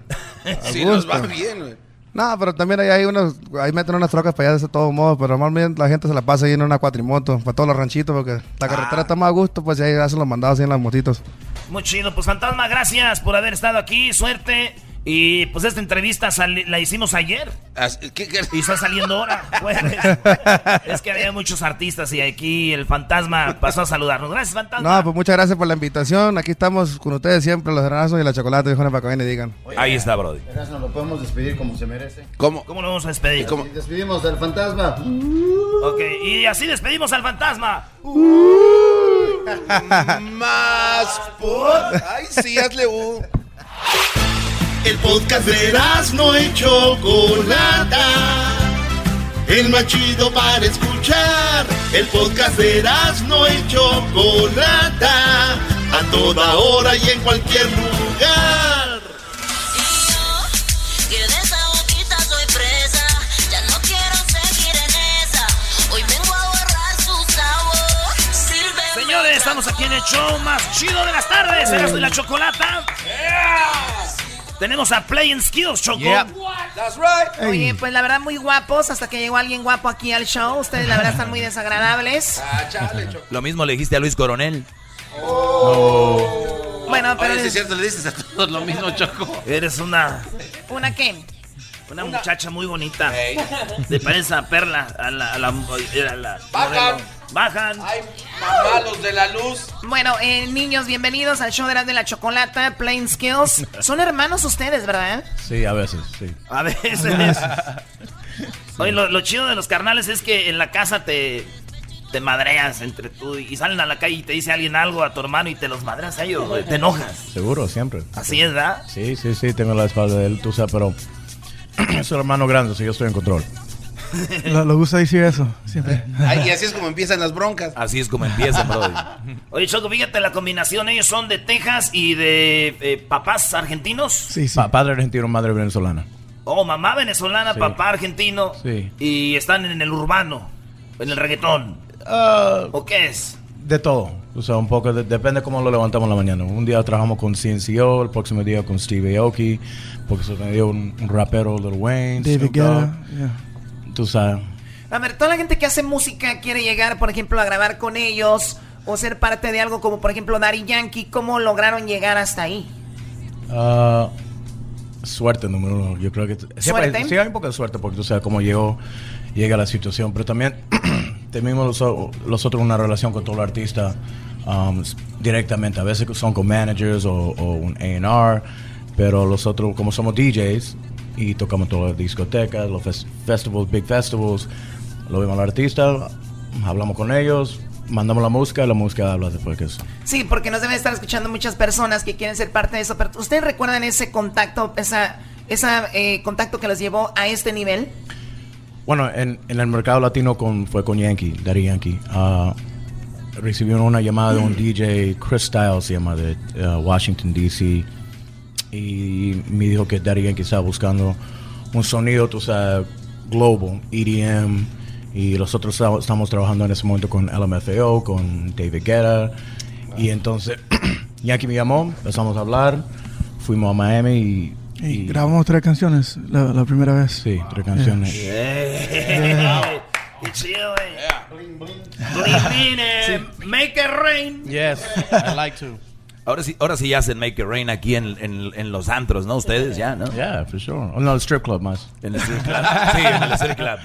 [SPEAKER 12] si nos va
[SPEAKER 13] gusto.
[SPEAKER 12] bien, güey.
[SPEAKER 13] No, pero también ahí hay unos, ahí meten unas trocas para allá de ese todo modo, pero normalmente la gente se la pasa ahí en una cuatrimoto, para todos los ranchitos, porque la carretera está más a gusto, pues y ahí hacen los mandados ahí en las motitos.
[SPEAKER 5] Muy chido, pues Fantasma, gracias por haber estado aquí, suerte. Y pues esta entrevista sali- la hicimos ayer. Y está saliendo ahora. jueves. es que había muchos artistas y aquí el fantasma pasó a saludarnos. Gracias, fantasma.
[SPEAKER 13] No, pues muchas gracias por la invitación, aquí estamos con ustedes siempre, los granazos y la chocolate, viejones, para que vengan y digan.
[SPEAKER 6] Ahí está, Brody.
[SPEAKER 14] Erasmo, lo podemos despedir como se merece.
[SPEAKER 12] ¿Cómo?
[SPEAKER 5] ¿Cómo lo vamos a despedir?
[SPEAKER 14] Despedimos al fantasma.
[SPEAKER 5] Ok, y así despedimos al fantasma.
[SPEAKER 12] Más por. Ay, sí, hazle U.
[SPEAKER 3] El podcast de no y Chocolata. El más chido para escuchar. El podcast de no y Chocolata. A toda hora y en cualquier lugar.
[SPEAKER 4] Que de esa boquita soy presa, ya no quiero seguir en esa. Hoy vengo a borrar su sabor. Sirve.
[SPEAKER 5] Señores, estamos aquí en el show más chido de las tardes. Erasmo y la Chocolata. Tenemos a Play and Skills, Choco.
[SPEAKER 15] Yeah.
[SPEAKER 11] That's right.
[SPEAKER 15] Oye, pues la verdad muy guapos hasta que llegó alguien guapo aquí al show. Ustedes la verdad están muy desagradables.
[SPEAKER 11] Ah,
[SPEAKER 6] Lo mismo le dijiste a Luis Coronel.
[SPEAKER 15] Bueno, pero
[SPEAKER 11] Oh. Oye, sí es cierto, le dices a todos lo mismo, Choco.
[SPEAKER 5] Eres una,
[SPEAKER 15] una qué?
[SPEAKER 5] una muchacha muy bonita. Te parece a Perla, a la... A la, a la-
[SPEAKER 11] Bajan.
[SPEAKER 5] Bajan.
[SPEAKER 11] Ay, mamalos de la luz.
[SPEAKER 15] Bueno, eh, niños, bienvenidos al show de Erasmo de la Chocolata, Plain Skills. Son hermanos ustedes, ¿verdad?
[SPEAKER 16] Sí, a veces, sí.
[SPEAKER 5] A
[SPEAKER 11] [LAUGHS]
[SPEAKER 5] veces. Oye, lo, lo chido de los carnales es que en la casa te, te madreas entre tú y y salen a la calle y te dice alguien algo a tu hermano y te los madreas a ellos, güey, te enojas.
[SPEAKER 16] Seguro, siempre.
[SPEAKER 5] Así es, ¿verdad?
[SPEAKER 16] Sí, sí, sí, tengo la espalda de él, tú sabes, pero [CLEARS THROAT] es un hermano grande, así que yo estoy en control.
[SPEAKER 13] Lo, lo gusta decir eso,
[SPEAKER 5] Eh,
[SPEAKER 13] siempre. [LAUGHS]
[SPEAKER 11] Ay, y así es como empiezan las broncas.
[SPEAKER 6] Así es como empieza, brody.
[SPEAKER 5] [LAUGHS] Oye, Choco, fíjate la combinación. Ellos son de Texas y de eh, papás argentinos.
[SPEAKER 16] Sí, sí. padre argentino, madre venezolana.
[SPEAKER 5] Oh, mamá venezolana,
[SPEAKER 16] Sí.
[SPEAKER 5] papá argentino.
[SPEAKER 16] Sí.
[SPEAKER 5] Y están en el urbano, en el reggaetón.
[SPEAKER 16] Ah.
[SPEAKER 5] ¿O qué es?
[SPEAKER 16] De todo. O sea, un poco, de- depende cómo lo levantamos en la mañana. Un día trabajamos con CNCO, el próximo día con Steve Aoki, porque se me dio un, un rapero, Lil Wayne,
[SPEAKER 13] David
[SPEAKER 16] Snoop Dogg.
[SPEAKER 13] Guetta,
[SPEAKER 16] Tú sabes.
[SPEAKER 15] A ver, toda la gente que hace música quiere llegar, por ejemplo, a grabar con ellos o ser parte de algo como, por ejemplo, Daddy Yankee. ¿Cómo lograron llegar hasta ahí?
[SPEAKER 16] Ah, suerte número uno. Yo creo que siempre-
[SPEAKER 15] ¿Suerte?
[SPEAKER 16] sí hay un poco de suerte porque tú sabes cómo llegó, llega la situación, pero también [CLEARS THROAT] tenemos los, los otros una relación con todo el artista um, s- directamente. A veces son con managers o, o un A&R, pero los otros como somos DJs y tocamos todas las discotecas, los fes- festivals, big festivals, lo vemos al artista, hablamos con ellos, mandamos la música y la música habla después que eso.
[SPEAKER 15] Sí, porque nos deben estar escuchando muchas personas que quieren ser parte de eso. Pero ¿ustedes recuerdan ese contacto, esa, esa eh, contacto que los llevó a este nivel?
[SPEAKER 16] Bueno, en, en el mercado latino con, fue con Yankee, Daddy Yankee. Ah, recibieron una llamada de un DJ, Chris Styles se llama, de ah, Washington, D.C. Y me dijo que Daddy Yankee estaba buscando un sonido, tú sabes, global, EDM. Y nosotros esta- estamos trabajando en ese momento con LMFAO, con David Guetta. Y entonces [CLEARS THROAT] Yankee me llamó, empezamos a hablar, fuimos a Miami y...
[SPEAKER 13] Y grabamos tres canciones la, la primera vez.
[SPEAKER 16] Sí, tres canciones.
[SPEAKER 5] Eh, [LAUGHS] ¡Qué chido, güey! Bling, bling, eh, Make it rain.
[SPEAKER 16] Yes, I like to.
[SPEAKER 6] Ahora sí, ahora sí ya hacen Make It Rain aquí en, en- en los antros, ¿no? Ustedes ya, ¿no?
[SPEAKER 16] Yeah, for sure. Oh, no, el strip club más.
[SPEAKER 6] En el
[SPEAKER 5] [LAUGHS]
[SPEAKER 6] strip club. [LAUGHS] Sí, en el strip club.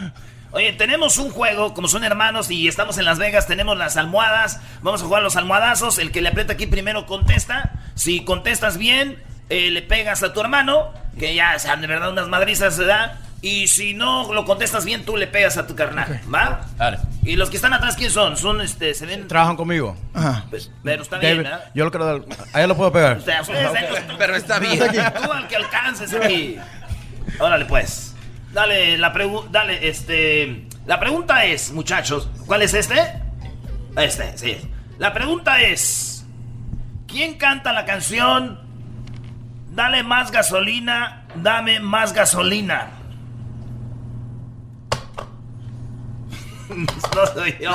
[SPEAKER 5] Oye, tenemos un juego, como son hermanos y estamos en Las Vegas, tenemos las almohadas, vamos a jugar los almohadazos, el que le aprieta aquí primero contesta, si contestas bien, eh, le pegas a tu hermano, que ya, o sea, de verdad unas madrizas se da, y si no lo contestas bien, tú le pegas a tu carnal, ¿va?
[SPEAKER 16] Dale.
[SPEAKER 5] Y los que están atrás, ¿quién son? Son, este, se ven...
[SPEAKER 16] Trabajan conmigo.
[SPEAKER 5] Pero está
[SPEAKER 16] David,
[SPEAKER 5] bien, ¿verdad?
[SPEAKER 16] yo lo quiero dar. A él lo puedo pegar.
[SPEAKER 5] O sea, ustedes ahí-
[SPEAKER 11] Pero está bien.
[SPEAKER 5] Tú al que alcances aquí. Órale, pues. Dale, la pregu- dale, este. La pregunta es, muchachos, ¿cuál es este? Este, sí. La pregunta es: ¿Quién canta la canción? Dale más gasolina, dame más gasolina. No soy yo.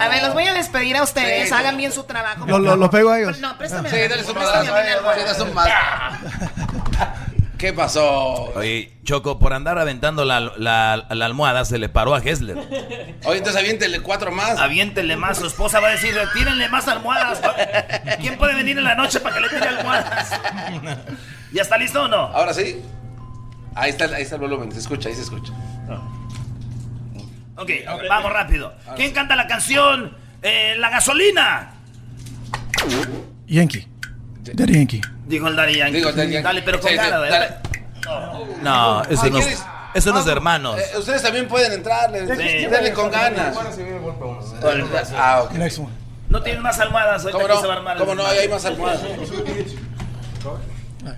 [SPEAKER 15] A ver, los voy a despedir a ustedes. Hagan bien su trabajo.
[SPEAKER 13] Lo- lo- lo pego a ellos.
[SPEAKER 15] No, préstame.
[SPEAKER 11] Sí, dale su
[SPEAKER 15] préstame
[SPEAKER 11] madrazo,
[SPEAKER 15] a mí la
[SPEAKER 11] eh,
[SPEAKER 15] almohada.
[SPEAKER 11] sí, dale su madrazo.
[SPEAKER 6] ¿Qué pasó? Oye, Choco, por andar aventando la, la- la almohada se le paró a Hessler.
[SPEAKER 11] Oye, entonces aviéntele cuatro más.
[SPEAKER 5] Aviéntele más. Su esposa va a decir, tírenle más almohadas. ¿Quién puede venir en la noche para que le tire almohadas? ¿Ya está listo o no?
[SPEAKER 11] Ahora sí. Ahí está, ahí está el volumen, se escucha, ahí se escucha.
[SPEAKER 6] Ah.
[SPEAKER 5] Ok, vamos rápido. ¿Quién canta la canción? eh, la gasolina.
[SPEAKER 13] Yankee. Daddy Yankee.
[SPEAKER 5] Dijo el Daddy Yankee.
[SPEAKER 11] Digo, Daddy Yankee.
[SPEAKER 5] Dale, pero con
[SPEAKER 11] Sí, sí,
[SPEAKER 5] cara,
[SPEAKER 11] dale.
[SPEAKER 5] ¿verdad?
[SPEAKER 6] No, eso
[SPEAKER 11] Ah,
[SPEAKER 6] no, es-
[SPEAKER 11] ¿quieres?
[SPEAKER 6] eso no es de hermanos.
[SPEAKER 11] Eh, ustedes también pueden entrarle,
[SPEAKER 5] Sí.
[SPEAKER 11] denle con ganas. Ah, ok. ah,
[SPEAKER 5] No tienen más almohadas. Ahorita
[SPEAKER 11] ¿Cómo
[SPEAKER 5] aquí se va a
[SPEAKER 11] no?
[SPEAKER 5] armar el
[SPEAKER 11] ¿Cómo no?
[SPEAKER 5] desmadre.
[SPEAKER 11] Ahí hay más almohadas.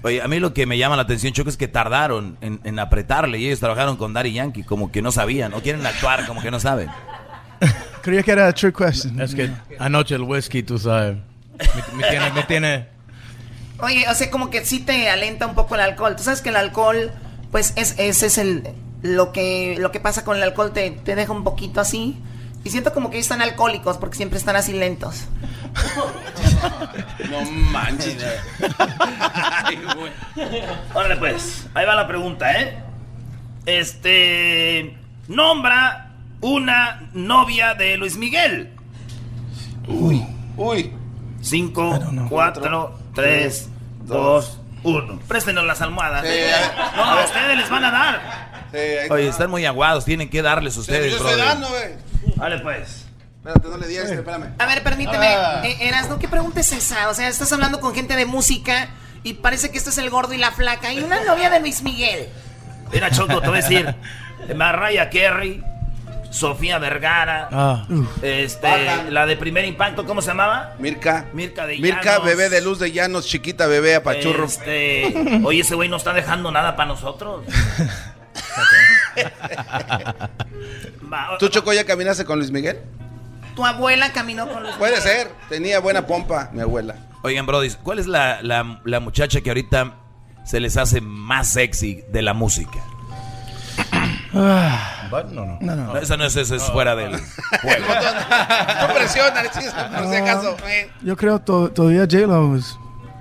[SPEAKER 6] Oye, a mí lo que me llama la atención, Choco, es que tardaron en, en apretarle y ellos trabajaron con Daddy Yankee como que no sabían o quieren actuar como que no saben.
[SPEAKER 13] Creía que era trick question.
[SPEAKER 16] Es que anoche el whisky, tú sabes. Me, me tiene, me tiene.
[SPEAKER 15] Oye, o sea, como que sí te alenta un poco el alcohol. Tú sabes que el alcohol, pues es, ese es el lo que lo que pasa con el alcohol te, te deja un poquito así. Y siento como que ellos están alcohólicos porque siempre están así lentos.
[SPEAKER 11] No manches. [LAUGHS] Ay, güey.
[SPEAKER 5] Órale, pues. Ahí va la pregunta, ¿eh? Este. Nombra una novia de Luis Miguel. Uy. Uy. Cinco, cuatro, tres, dos, uno. Préstenos las almohadas. ¿eh? no, a ustedes les van a dar.
[SPEAKER 6] Oye, están muy aguados, tienen que darles
[SPEAKER 11] pues
[SPEAKER 6] ustedes,
[SPEAKER 5] Pues estoy
[SPEAKER 6] brother.
[SPEAKER 5] dando, Vale, pues.
[SPEAKER 11] Espérate, no le di a este, espérame.
[SPEAKER 15] A ver, permíteme,
[SPEAKER 11] Ah.
[SPEAKER 15] eh, Erasno, ¿qué pregunta es esa? O sea, estás hablando con gente de música y parece que este es el gordo y la flaca. Y una novia de Luis Miguel.
[SPEAKER 5] Mira, Choco, te voy a [LAUGHS] decir. Mariah Carey, Sofía Vergara,
[SPEAKER 16] Ah.
[SPEAKER 5] este, la de primer impacto, ¿cómo se llamaba? Mirka. Mirka de
[SPEAKER 17] Mirka,
[SPEAKER 5] Llanos,
[SPEAKER 17] bebé de luz de llanos, chiquita bebé, apachurro. [LAUGHS]
[SPEAKER 5] Este, oye, ese güey no está dejando nada para nosotros. Va,
[SPEAKER 17] ¿Tú, Choco, ya caminaste con Luis Miguel?
[SPEAKER 15] Tu abuela caminó con Luis
[SPEAKER 17] Puede
[SPEAKER 15] Miguel.
[SPEAKER 17] ser, tenía buena pompa, mi abuela.
[SPEAKER 6] Oigan, Brody, ¿cuál es la, la- la muchacha que ahorita se les hace más sexy de la música?
[SPEAKER 16] no, Ah. no.
[SPEAKER 6] No, esa no es, esa es fuera
[SPEAKER 17] [LAUGHS]
[SPEAKER 6] del.
[SPEAKER 17] No presiona, por si acaso. eh.
[SPEAKER 18] Yo creo to- todavía J-Lo is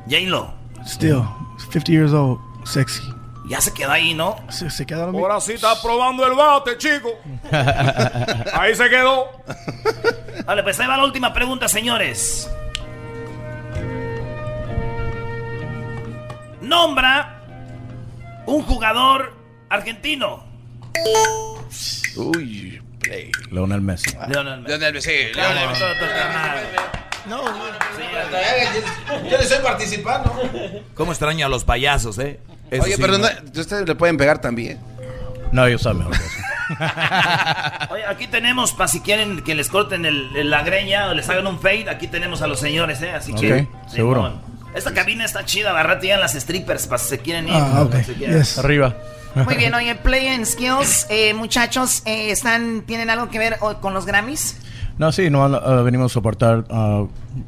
[SPEAKER 5] J-Lo,
[SPEAKER 18] still 50 years old,
[SPEAKER 6] [LAUGHS]
[SPEAKER 18] sexy.
[SPEAKER 5] ya se quedó ahí, ¿no?
[SPEAKER 18] Se, se queda lo mismo.
[SPEAKER 19] Ahora sí está probando el bate, chico. [LAUGHS] Ahí se quedó.
[SPEAKER 5] Vale, pues ahí va la última pregunta, señores. Nombra un jugador argentino.
[SPEAKER 16] Uy, play. Leonel Messi.
[SPEAKER 5] Leonel Messi.
[SPEAKER 11] Leonel Messi.
[SPEAKER 5] Leonel Messi.
[SPEAKER 11] No, Yo le estoy participando.
[SPEAKER 6] ¿Cómo extraño a los payasos, eh? Eso
[SPEAKER 17] Oye,
[SPEAKER 6] sí,
[SPEAKER 17] perdón,
[SPEAKER 6] ¿no?
[SPEAKER 17] ustedes le pueden pegar también.
[SPEAKER 16] No, yo saben.
[SPEAKER 5] Oye, aquí tenemos, para si quieren que les corten el- el- la greña o les hagan un fade, aquí tenemos a los señores, ¿eh? Así que.
[SPEAKER 16] Ok, seguro.
[SPEAKER 5] Esta cabina está chida, barra tienen las strippers, para si se quieren ir.
[SPEAKER 16] Ah, ok.
[SPEAKER 5] Si quieren.
[SPEAKER 18] Yes.
[SPEAKER 16] Arriba.
[SPEAKER 15] Muy bien, oye, Play and Skills, eh, muchachos, eh, están, ¿tienen algo que ver o- con los Grammys?
[SPEAKER 16] No, sí, no, ah, venimos a soportar ah,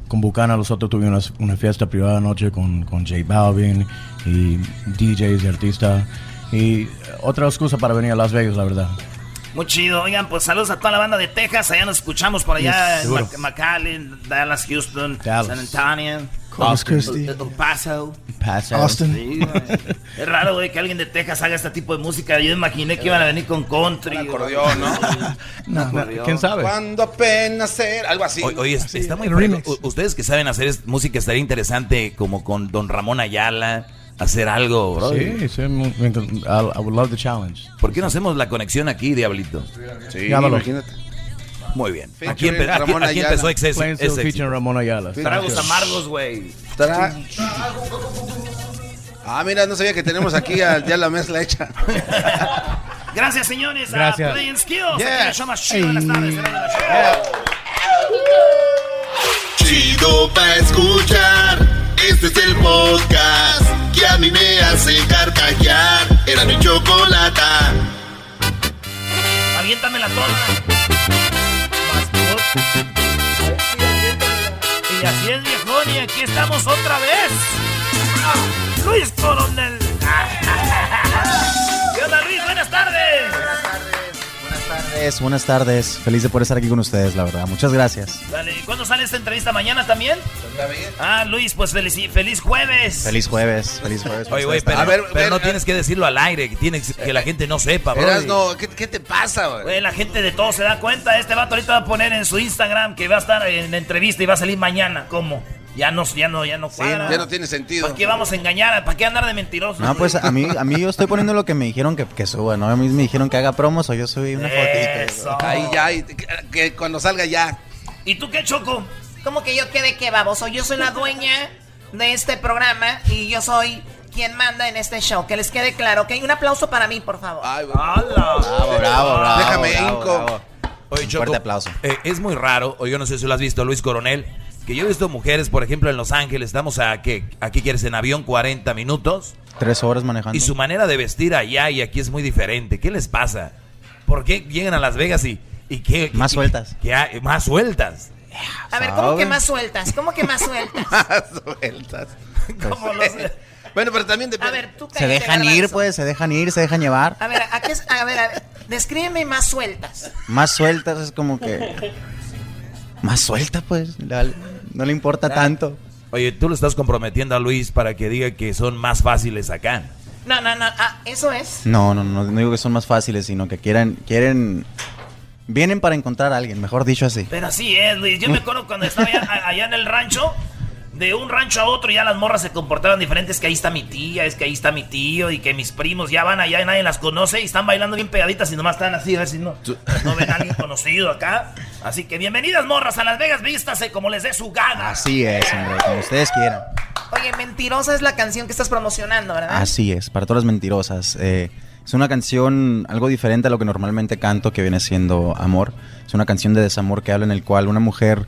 [SPEAKER 16] con Bucana. Nosotros tuvimos una, una fiesta privada anoche con, con J Balvin y DJs y artistas. Y otra excusa para venir a Las Vegas, la verdad.
[SPEAKER 5] Muy chido. Oigan, pues saludos a toda la banda de Texas. Allá nos escuchamos por allá.
[SPEAKER 16] Yes,
[SPEAKER 5] en
[SPEAKER 16] seguro.
[SPEAKER 5] Mac- McAllen, Dallas, Houston,
[SPEAKER 16] Dallas.
[SPEAKER 5] San Antonio,
[SPEAKER 16] Corpus
[SPEAKER 5] Austin,
[SPEAKER 16] Christi.
[SPEAKER 5] El, El Paso.
[SPEAKER 16] Paso.
[SPEAKER 18] Austin.
[SPEAKER 5] Sí, güey. es raro, güey, que alguien de Texas haga este tipo de música. Yo imaginé que iban a venir con country. acordeón, ¿no? [LAUGHS]
[SPEAKER 16] No, no, ¿Quién sabe?
[SPEAKER 17] Cuando apenas era, algo así.
[SPEAKER 6] O- Oye, está muy bueno. U- Ustedes que saben hacer es- música estaría interesante como con Don Ramón Ayala, hacer algo, bro.
[SPEAKER 16] Sí, sí, me- me encanta. I, I would love the challenge.
[SPEAKER 6] ¿Por qué no hacemos la conexión aquí, Diablito?
[SPEAKER 16] Sí, Llámalo. imagínate.
[SPEAKER 6] Muy bien.
[SPEAKER 16] Featuring
[SPEAKER 6] Aquí, empe- aquí-
[SPEAKER 16] Ramón
[SPEAKER 6] aquí
[SPEAKER 16] Ayala.
[SPEAKER 6] empezó Exceso.
[SPEAKER 16] Plainfield featuring Ramón Ayala.
[SPEAKER 5] Tragos amargos, güey.
[SPEAKER 17] Ah, mira, no sabía que tenemos aquí al- ya la mezcla hecha.
[SPEAKER 5] Gracias, señores.
[SPEAKER 17] Gracias.
[SPEAKER 5] A Play and Skills.
[SPEAKER 17] Yes.
[SPEAKER 5] Aquí en el show más chido de las tardes. en el show.
[SPEAKER 3] Chido pa' escuchar. Este es el podcast que a mí me hace carcajear. Era mi chocolate.
[SPEAKER 5] Aviéntame la torta. Y así es, viejón, y aquí estamos otra vez. Ah, Luis Coronel. [LAUGHS] ¿Qué onda, Luis? Buenas tardes. Buenas
[SPEAKER 10] tardes, buenas tardes. Feliz de poder estar aquí con ustedes, la verdad. Muchas gracias.
[SPEAKER 5] Dale, ¿y ¿cuándo sale esta entrevista? ¿Mañana también? Ah, Luis, pues feliz, feliz jueves.
[SPEAKER 10] Feliz jueves, feliz jueves.
[SPEAKER 6] Oye, güey, pero, pero no tienes que decirlo al aire, que, tienes, que la gente no sepa, bro.
[SPEAKER 5] Eras, no,
[SPEAKER 6] ¿qué, te pasa, güey?
[SPEAKER 5] Güey, la gente de todo se da cuenta. Este vato ahorita va a poner en su Instagram que va a estar en entrevista y va a salir mañana. ¿Cómo? Ya no, ya no, ya no cuadra.
[SPEAKER 17] ya no tiene sentido.
[SPEAKER 5] ¿Para qué vamos a engañar? ¿Para qué andar de mentiroso?
[SPEAKER 10] No, pues a mí,
[SPEAKER 5] [LAUGHS]
[SPEAKER 10] a mí yo estoy poniendo lo que me dijeron que, que suba, ¿no? A mí me dijeron que haga promos o yo subí una
[SPEAKER 6] Eh.
[SPEAKER 5] Eso.
[SPEAKER 17] Ahí ya, y- que, que cuando salga ya.
[SPEAKER 11] [LAUGHS]
[SPEAKER 5] ¿Y tú qué, Choco?
[SPEAKER 15] Como que yo quede que baboso. Yo soy la dueña de este programa y yo soy quien manda en este show. Que les quede claro, ¿ok? Un aplauso para mí, por favor.
[SPEAKER 10] Bravo, bravo, bravo.
[SPEAKER 6] Déjame
[SPEAKER 10] bravo,
[SPEAKER 6] hinco.
[SPEAKER 10] bravo.
[SPEAKER 6] Oye, Choco,
[SPEAKER 10] fuerte aplauso.
[SPEAKER 6] eh, es muy raro, o yo no sé si lo has visto, Luis Coronel, Que yo he visto mujeres, por ejemplo, en Los Ángeles, estamos a que aquí quieres en avión 40 minutos
[SPEAKER 10] Tres horas manejando.
[SPEAKER 6] y su manera de vestir allá y aquí es muy diferente. ¿Qué les pasa? ¿Por qué llegan a Las Vegas y, y qué?
[SPEAKER 10] Más
[SPEAKER 6] y-
[SPEAKER 10] sueltas.
[SPEAKER 6] que hay- más sueltas.
[SPEAKER 15] A ver, ¿cómo que
[SPEAKER 6] Sabe.
[SPEAKER 15] más sueltas? ¿Cómo que más sueltas?
[SPEAKER 11] [LAUGHS]
[SPEAKER 8] sueltas.
[SPEAKER 15] bueno, pero también depende. A ver, tú
[SPEAKER 10] Se
[SPEAKER 15] cállate,
[SPEAKER 10] dejan
[SPEAKER 15] garbanzo.
[SPEAKER 10] ir, pues, se dejan ir, se dejan llevar.
[SPEAKER 15] A ver, ¿a qué es- a ver, a ver, descríbeme más sueltas.
[SPEAKER 10] Más sueltas es como que. Más suelta, pues. la- no le importa tanto.
[SPEAKER 6] Ah. Oye, tú lo estás comprometiendo a Luis para que diga que son más fáciles acá.
[SPEAKER 15] No, no, no, ah, eso es.
[SPEAKER 10] No, no, no, no digo que son más fáciles, sino que quieren, quieren, vienen para encontrar a alguien, mejor dicho así.
[SPEAKER 5] Pero así es, Luis.
[SPEAKER 6] [LAUGHS]
[SPEAKER 5] Yo me acuerdo cuando estaba allá, a- allá en el rancho, de un rancho a otro, ya las morras se comportaban diferentes. Que ahí está mi tía, es que ahí está mi tío, y que mis primos ya van allá y nadie las conoce y están bailando bien pegaditas y nomás están así, a ver si no, pues, no ven a alguien conocido acá. Así que bienvenidas, morras, a Las Vegas, vístase como les dé su gana.
[SPEAKER 10] Así es, hombre, como ustedes quieran.
[SPEAKER 15] Oye, mentirosa es la canción que estás promocionando, ¿verdad?
[SPEAKER 10] Así es, para todas las mentirosas. eh, es una canción algo diferente a lo que normalmente canto, que viene siendo amor. Es una canción de desamor que habla en el cual una mujer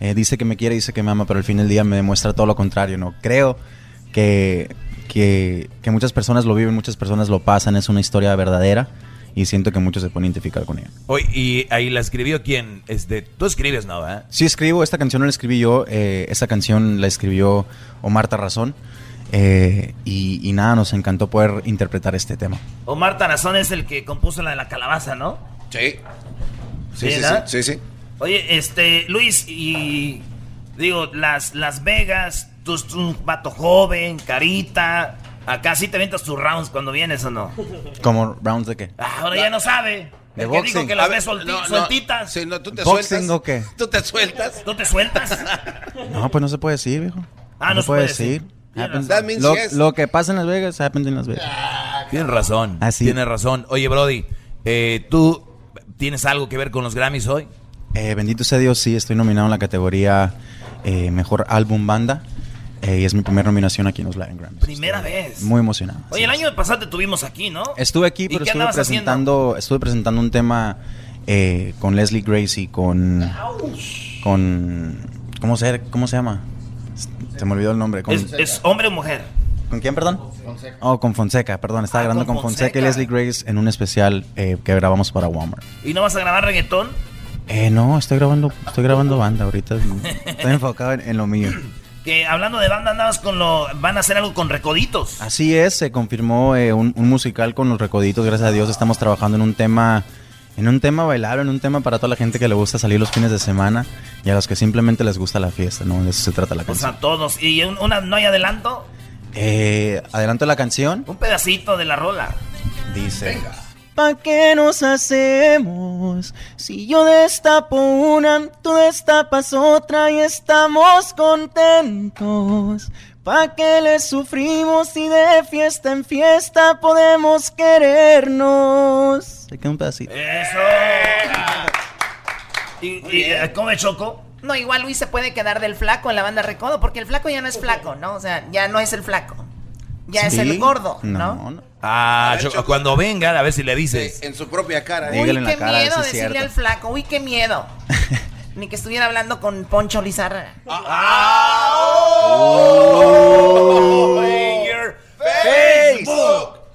[SPEAKER 10] eh, dice que me quiere, dice que me ama, pero al fin del día me demuestra todo lo contrario, ¿no? Creo que, que, que muchas personas lo viven, muchas personas lo pasan, es una historia verdadera y siento que muchos se pueden identificar con ella.
[SPEAKER 6] Oye, y ahí la escribió quién? Este, tú escribes, ¿no? verdad?
[SPEAKER 10] Sí escribo, esta canción no la escribí yo, eh, esta canción la escribió Omar Tarrazón eh, y, y nada, nos encantó poder interpretar este tema.
[SPEAKER 5] Omar Tarazón es el que compuso la de la calabaza, ¿no?
[SPEAKER 11] Sí.
[SPEAKER 5] Sí, sí,
[SPEAKER 11] sí, sí.
[SPEAKER 5] Oye, este, Luis, y digo, Las, las Vegas, tú eres un vato joven, carita. Acá sí te aventas tus rounds cuando vienes o no.
[SPEAKER 10] ¿Como rounds de qué?
[SPEAKER 5] Ahora ya no sabe.
[SPEAKER 10] De
[SPEAKER 5] El que dijo
[SPEAKER 10] boxing.
[SPEAKER 5] que las
[SPEAKER 10] A
[SPEAKER 5] ves
[SPEAKER 10] ver,
[SPEAKER 5] solti-
[SPEAKER 10] no, no.
[SPEAKER 5] sueltitas.
[SPEAKER 11] Sí, no, tú te
[SPEAKER 10] ¿Boxing
[SPEAKER 11] sueltas.
[SPEAKER 10] o qué?
[SPEAKER 11] ¿Tú te sueltas?
[SPEAKER 5] ¿Tú te
[SPEAKER 11] [LAUGHS]
[SPEAKER 5] sueltas?
[SPEAKER 10] No, pues no se puede decir, viejo.
[SPEAKER 5] Ah, no se puede decir.
[SPEAKER 10] Happens-
[SPEAKER 5] That means
[SPEAKER 10] Lo,
[SPEAKER 5] yes.
[SPEAKER 10] lo que pasa en Las Vegas, happens en Las Vegas.
[SPEAKER 6] Tienes razón.
[SPEAKER 10] Ah,
[SPEAKER 6] Tienes razón. Oye, Brody, eh, ¿tú tienes algo que ver con los Grammys hoy?
[SPEAKER 10] Eh, bendito sea Dios, sí, estoy nominado en la categoría eh, Mejor Álbum Banda eh, y es mi primera nominación aquí en los Latin Grammys.
[SPEAKER 5] Primera vez.
[SPEAKER 10] Muy emocionado.
[SPEAKER 5] Oye, el año pasado te tuvimos aquí, ¿no?
[SPEAKER 10] Estuve aquí,
[SPEAKER 5] ¿Y
[SPEAKER 10] pero
[SPEAKER 5] qué
[SPEAKER 10] estuve
[SPEAKER 5] andabas
[SPEAKER 10] presentando, estuve presentando un tema eh, con Leslie Gracie, con... con ¿cómo se, ¿Cómo se llama? Se me olvidó el nombre. Con,
[SPEAKER 5] haciendo? ¿Es, es hombre o mujer?
[SPEAKER 10] ¿Con quién, perdón? Oh, con Fonseca, perdón. Estaba
[SPEAKER 5] Ah,
[SPEAKER 10] grabando
[SPEAKER 5] con
[SPEAKER 10] con Fonseca. y
[SPEAKER 5] Fonseca.
[SPEAKER 10] Leslie Grace en un especial eh, que grabamos para Walmart.
[SPEAKER 5] ¿Y no vas a grabar reggaetón?
[SPEAKER 10] Eh, no, estoy grabando, estoy grabando banda ahorita. Estoy enfocado en, en lo mío.
[SPEAKER 5] Que hablando de banda andabas con lo... Van a hacer algo con Recoditos.
[SPEAKER 10] Así es, se confirmó eh, un, un musical con los recoditos, gracias a Dios. Estamos trabajando en un tema, en un tema bailable, en un tema para toda la gente que le gusta salir los fines de semana y a los que simplemente les gusta la fiesta, ¿no? De eso se trata la
[SPEAKER 5] O
[SPEAKER 10] canción.
[SPEAKER 5] sea, todos. ¿Y un- una, no hay adelanto?
[SPEAKER 10] Eh, adelanto la canción.
[SPEAKER 5] Un pedacito de la rola.
[SPEAKER 10] Dice.
[SPEAKER 20] ¿Pa' qué nos hacemos? Si yo destapo una, tú destapas otra y estamos contentos. ¿Pa' qué le sufrimos si de fiesta en fiesta podemos querernos?
[SPEAKER 10] Se queda un pedacito.
[SPEAKER 5] Eso. ¿Y, y eh, cómo me choco?
[SPEAKER 15] No, igual Luis se puede quedar del flaco en la banda Recodo, porque el flaco ya no es flaco, ¿no? O sea, ya no es el flaco. Ya es el gordo, ¿no?
[SPEAKER 6] Ah, yo- cuando vengan, a ver si le dices.
[SPEAKER 11] En su propia cara.
[SPEAKER 15] Uy,
[SPEAKER 6] Dígale en la
[SPEAKER 15] qué
[SPEAKER 6] cara,
[SPEAKER 15] miedo
[SPEAKER 6] eso es
[SPEAKER 15] decirle
[SPEAKER 6] cierto.
[SPEAKER 15] al flaco, uy,
[SPEAKER 6] [LAUGHS]
[SPEAKER 15] qué miedo. Ni que estuviera hablando con Poncho Lizarra.
[SPEAKER 20] Facebook.
[SPEAKER 15] Oh,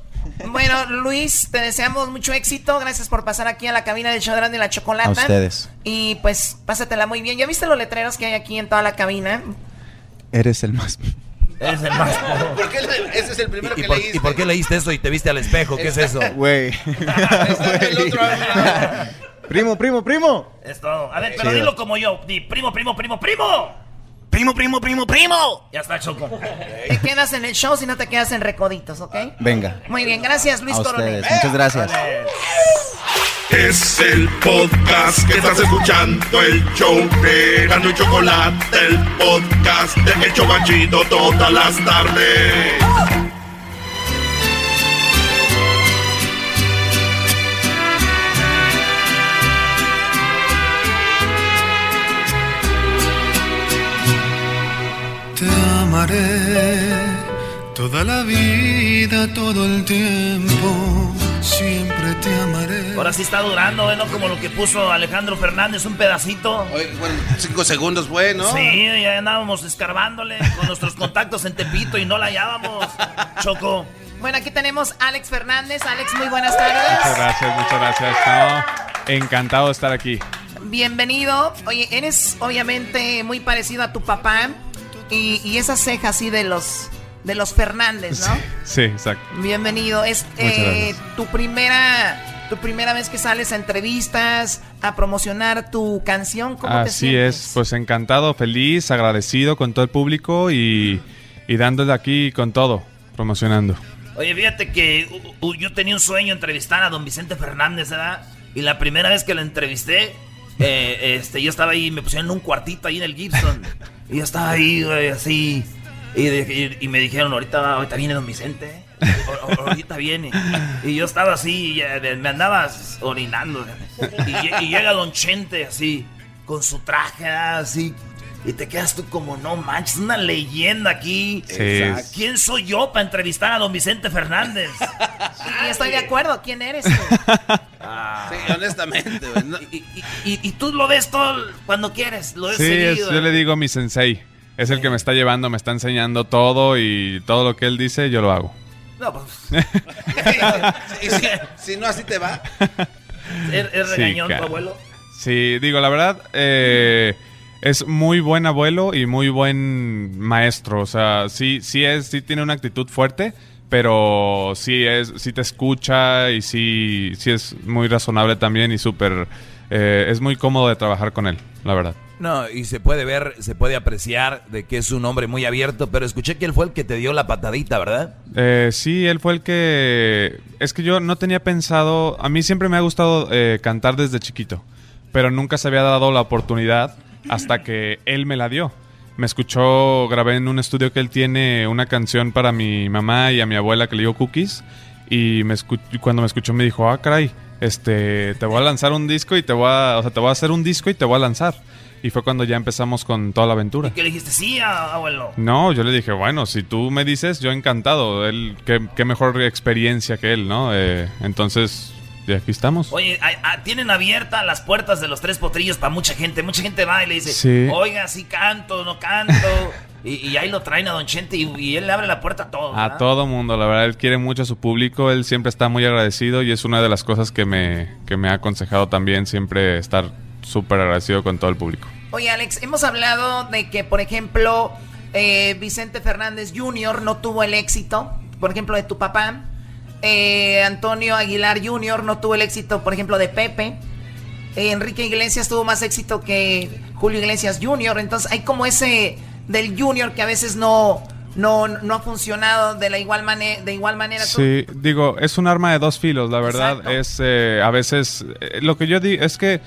[SPEAKER 15] Bueno, Luis, te deseamos mucho éxito. Gracias por pasar aquí a la cabina del show de Erasmo y la Chocolata.
[SPEAKER 10] A ustedes.
[SPEAKER 15] Y pues, pásatela muy bien. ¿Ya viste los letreros que hay aquí en toda la cabina?
[SPEAKER 10] Eres el más.
[SPEAKER 6] Eres el más-
[SPEAKER 11] ¿Por qué le- ese es el primero
[SPEAKER 6] ¿Y
[SPEAKER 11] que
[SPEAKER 6] por,
[SPEAKER 11] leíste?
[SPEAKER 6] y por qué leíste eso y te viste al espejo? ¿Qué es eso?
[SPEAKER 11] [LAUGHS]
[SPEAKER 10] Güey.
[SPEAKER 5] [LAUGHS]
[SPEAKER 10] [LAUGHS] primo, primo, primo.
[SPEAKER 5] Es todo. A ver, pero
[SPEAKER 10] Chido.
[SPEAKER 5] dilo como yo. Di, primo, primo, primo, primo.
[SPEAKER 10] Primo, primo, primo, primo.
[SPEAKER 5] Ya está, Choco.
[SPEAKER 15] Te quedas en el show si no te quedas en recoditos, ¿ok?
[SPEAKER 10] Venga.
[SPEAKER 15] Muy bien, gracias Luis
[SPEAKER 10] A
[SPEAKER 15] Coronel.
[SPEAKER 10] ustedes. Muchas gracias.
[SPEAKER 3] Es el podcast que estás escuchando, el show de Erasmo y Chocolate, el podcast de El Chobachito todas las tardes.
[SPEAKER 21] Te amaré toda la vida, todo el tiempo.
[SPEAKER 1] siempre te amaré.
[SPEAKER 5] Ahora sí está durando, ¿eh? ¿no? Como lo que puso Alejandro Fernández, un pedacito.
[SPEAKER 11] Bueno, cinco segundos fue, ¿no?
[SPEAKER 5] Sí, ya andábamos escarbándole con nuestros contactos en Tepito y no la hallábamos. Choco.
[SPEAKER 15] Bueno, aquí tenemos a Alex Fernández. Alex, muy buenas tardes.
[SPEAKER 21] Muchas gracias, muchas gracias. No, encantado de estar aquí.
[SPEAKER 15] Bienvenido. Oye, eres obviamente muy parecido a tu papá y, y esas cejas así de los de los Fernández, ¿no?
[SPEAKER 21] Sí, exacto.
[SPEAKER 15] Bienvenido. Es
[SPEAKER 21] Muchas
[SPEAKER 15] eh,
[SPEAKER 21] gracias.
[SPEAKER 15] tu primera tu primera vez que sales a entrevistas a promocionar tu canción. ¿Cómo te
[SPEAKER 21] Así
[SPEAKER 15] sientes?
[SPEAKER 21] es, pues encantado, feliz, agradecido con todo el público y, y dándole aquí con todo, promocionando.
[SPEAKER 5] Oye, fíjate que u- u- yo tenía un sueño entrevistar a don Vicente Fernández, ¿verdad? Y la primera vez que lo entrevisté, eh, este, yo estaba ahí, me pusieron en un cuartito ahí en el Gibson. Y yo estaba ahí, güey, así. Y, de- y- y me dijeron, ahorita, ahorita viene don Vicente. ¿eh? O- o- ahorita viene. Y yo estaba así, y, eh, me andaba orinando. Y, lle- y llega don Chente así, con su traje ¿verdad? así. Y te quedas tú como, no manches, una leyenda aquí.
[SPEAKER 21] Sí. Exacto.
[SPEAKER 5] ¿Quién soy yo para entrevistar a don
[SPEAKER 15] [LAUGHS]
[SPEAKER 5] Vicente Fernández?
[SPEAKER 15] Y estoy de acuerdo. ¿Quién eres? tú?
[SPEAKER 5] Sí, honestamente, Ah. y, y- y- y tú lo ves todo cuando quieres, lo ves
[SPEAKER 21] Sí, es-
[SPEAKER 5] seguido. ¿eh?
[SPEAKER 21] yo
[SPEAKER 15] ¿eh?
[SPEAKER 21] le digo mi sensei, es el que me está llevando, me está enseñando todo y todo lo que él dice yo lo hago.
[SPEAKER 5] No,
[SPEAKER 6] [LAUGHS]
[SPEAKER 11] [LAUGHS]
[SPEAKER 21] pues.
[SPEAKER 11] Y si, si no, así te va.
[SPEAKER 5] ¿Es
[SPEAKER 21] Sí, regañón tu cara. abuelo? Sí, digo, la verdad, eh, es muy buen abuelo y muy buen maestro. O sea, sí, sí es, sí tiene una actitud fuerte, pero sí es, sí te escucha y sí, sí es muy razonable también y súper, eh, es muy cómodo de trabajar con él, la verdad.
[SPEAKER 6] No, y se puede ver, se puede apreciar de que es un hombre muy abierto, pero escuché que él fue el que te dio la patadita, ¿verdad?
[SPEAKER 21] Eh, sí, él fue el que... Es que yo no tenía pensado... A mí siempre me ha gustado eh, cantar desde chiquito, pero nunca se había dado la oportunidad hasta que él me la dio. Me escuchó, grabé en un estudio que él tiene una canción para mi mamá y a mi abuela que le dio cookies, y me escu- y cuando me escuchó me dijo, ah, caray, este, te voy a lanzar un disco y te voy a... O sea, te voy a hacer un disco y te voy a lanzar. Y fue cuando ya empezamos con toda la aventura.
[SPEAKER 5] Que le dijiste, sí, a- abuelo.
[SPEAKER 21] No, yo le dije, bueno, si tú me dices, yo encantado. Él, qué, qué mejor experiencia que él, ¿no? Eh, entonces, ya aquí estamos.
[SPEAKER 5] Oye, a- a- tienen abiertas las puertas de los tres potrillos para mucha gente. Mucha gente va y le dice,
[SPEAKER 21] Sí.
[SPEAKER 5] oiga, sí canto, no canto. y, y ahí lo traen a Don Chente y, y él le abre la puerta a
[SPEAKER 6] Ah,
[SPEAKER 5] todos.
[SPEAKER 21] A
[SPEAKER 5] ¿verdad?
[SPEAKER 21] todo mundo, la verdad, él quiere mucho a su público, él siempre está muy agradecido y es una de las cosas que me, que me ha aconsejado también siempre estar súper agradecido con todo el público.
[SPEAKER 15] Oye, Alex, hemos hablado de que, por ejemplo, eh, Vicente Fernández Jr. no tuvo el éxito, por ejemplo, de tu papá. Eh, Antonio Aguilar Jr. no tuvo el éxito, por ejemplo, de Pepe. Eh, Enrique Iglesias tuvo más éxito que Julio Iglesias Jr. Entonces, hay como ese del Junior que a veces no, no, no ha funcionado de, la igual, mane- de igual manera. Tú-
[SPEAKER 21] Sí, digo, es un arma de dos filos, la verdad. Es eh, a veces eh, lo que yo digo es que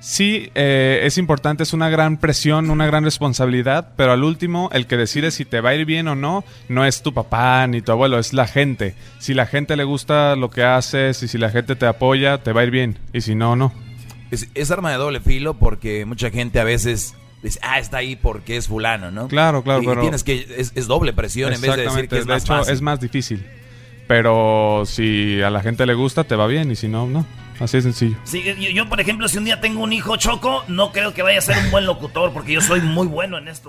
[SPEAKER 21] sí eh, es importante, es una gran presión, una gran responsabilidad, pero al último el que decide si te va a ir bien o no no es tu papá ni tu abuelo, es la gente. Si la gente le gusta lo que haces y si la gente te apoya, te va a ir bien y si no no.
[SPEAKER 6] Es, es arma de doble filo porque mucha gente a veces dice, ah, está ahí porque es fulano, ¿no?
[SPEAKER 21] Claro, claro,
[SPEAKER 6] Y
[SPEAKER 21] pero-
[SPEAKER 6] tienes que, es, es doble presión en vez de decir que es
[SPEAKER 21] de
[SPEAKER 6] más
[SPEAKER 21] hecho
[SPEAKER 6] fácil.
[SPEAKER 21] es más difícil. Pero si a la gente le gusta, te va bien y si no no. Así de sencillo.
[SPEAKER 5] Sí, yo, yo, por ejemplo, si un día tengo un hijo choco, no creo que vaya a ser un buen locutor porque yo soy muy bueno en esto.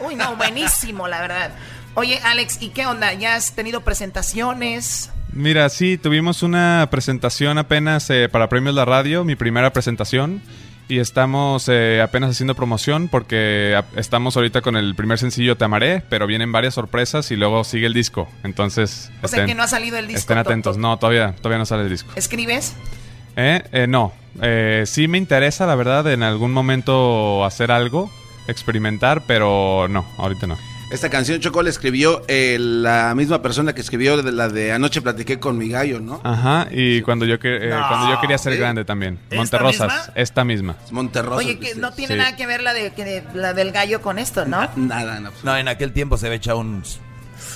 [SPEAKER 15] Uy, no, buenísimo, la verdad. Oye, Alex, ¿y qué onda? ¿Ya has tenido presentaciones?
[SPEAKER 21] Mira, sí, tuvimos una presentación apenas eh, para Premios La Radio, mi primera presentación, y estamos eh, apenas haciendo promoción porque a- estamos ahorita con el primer sencillo Te Amaré, pero vienen varias sorpresas y luego sigue el disco. Entonces,
[SPEAKER 15] O sea, que no ha salido el disco,
[SPEAKER 21] Estén
[SPEAKER 15] to-
[SPEAKER 21] atentos, no, todavía, todavía no sale el disco.
[SPEAKER 15] ¿Escribes?
[SPEAKER 21] ¿Eh? Eh, no, Eh, sí me interesa, la verdad, en algún momento hacer algo, experimentar, pero no, ahorita no.
[SPEAKER 11] Esta canción Choco la escribió eh, la misma persona que escribió la de- la de Anoche platiqué con mi gallo, ¿no?
[SPEAKER 21] Ajá, y cuando yo, que- eh,
[SPEAKER 11] No,
[SPEAKER 21] cuando yo quería ser
[SPEAKER 11] ¿sí?
[SPEAKER 21] grande también.
[SPEAKER 11] ¿Esta
[SPEAKER 21] Monterrosas,
[SPEAKER 11] misma?
[SPEAKER 21] esta misma.
[SPEAKER 11] Monterrosas.
[SPEAKER 15] Oye, que no tiene
[SPEAKER 21] Sí.
[SPEAKER 15] nada que ver la, de, que de- la del gallo con esto, ¿no?
[SPEAKER 11] Nada, no. pues.
[SPEAKER 6] No, en aquel tiempo se ve echado un...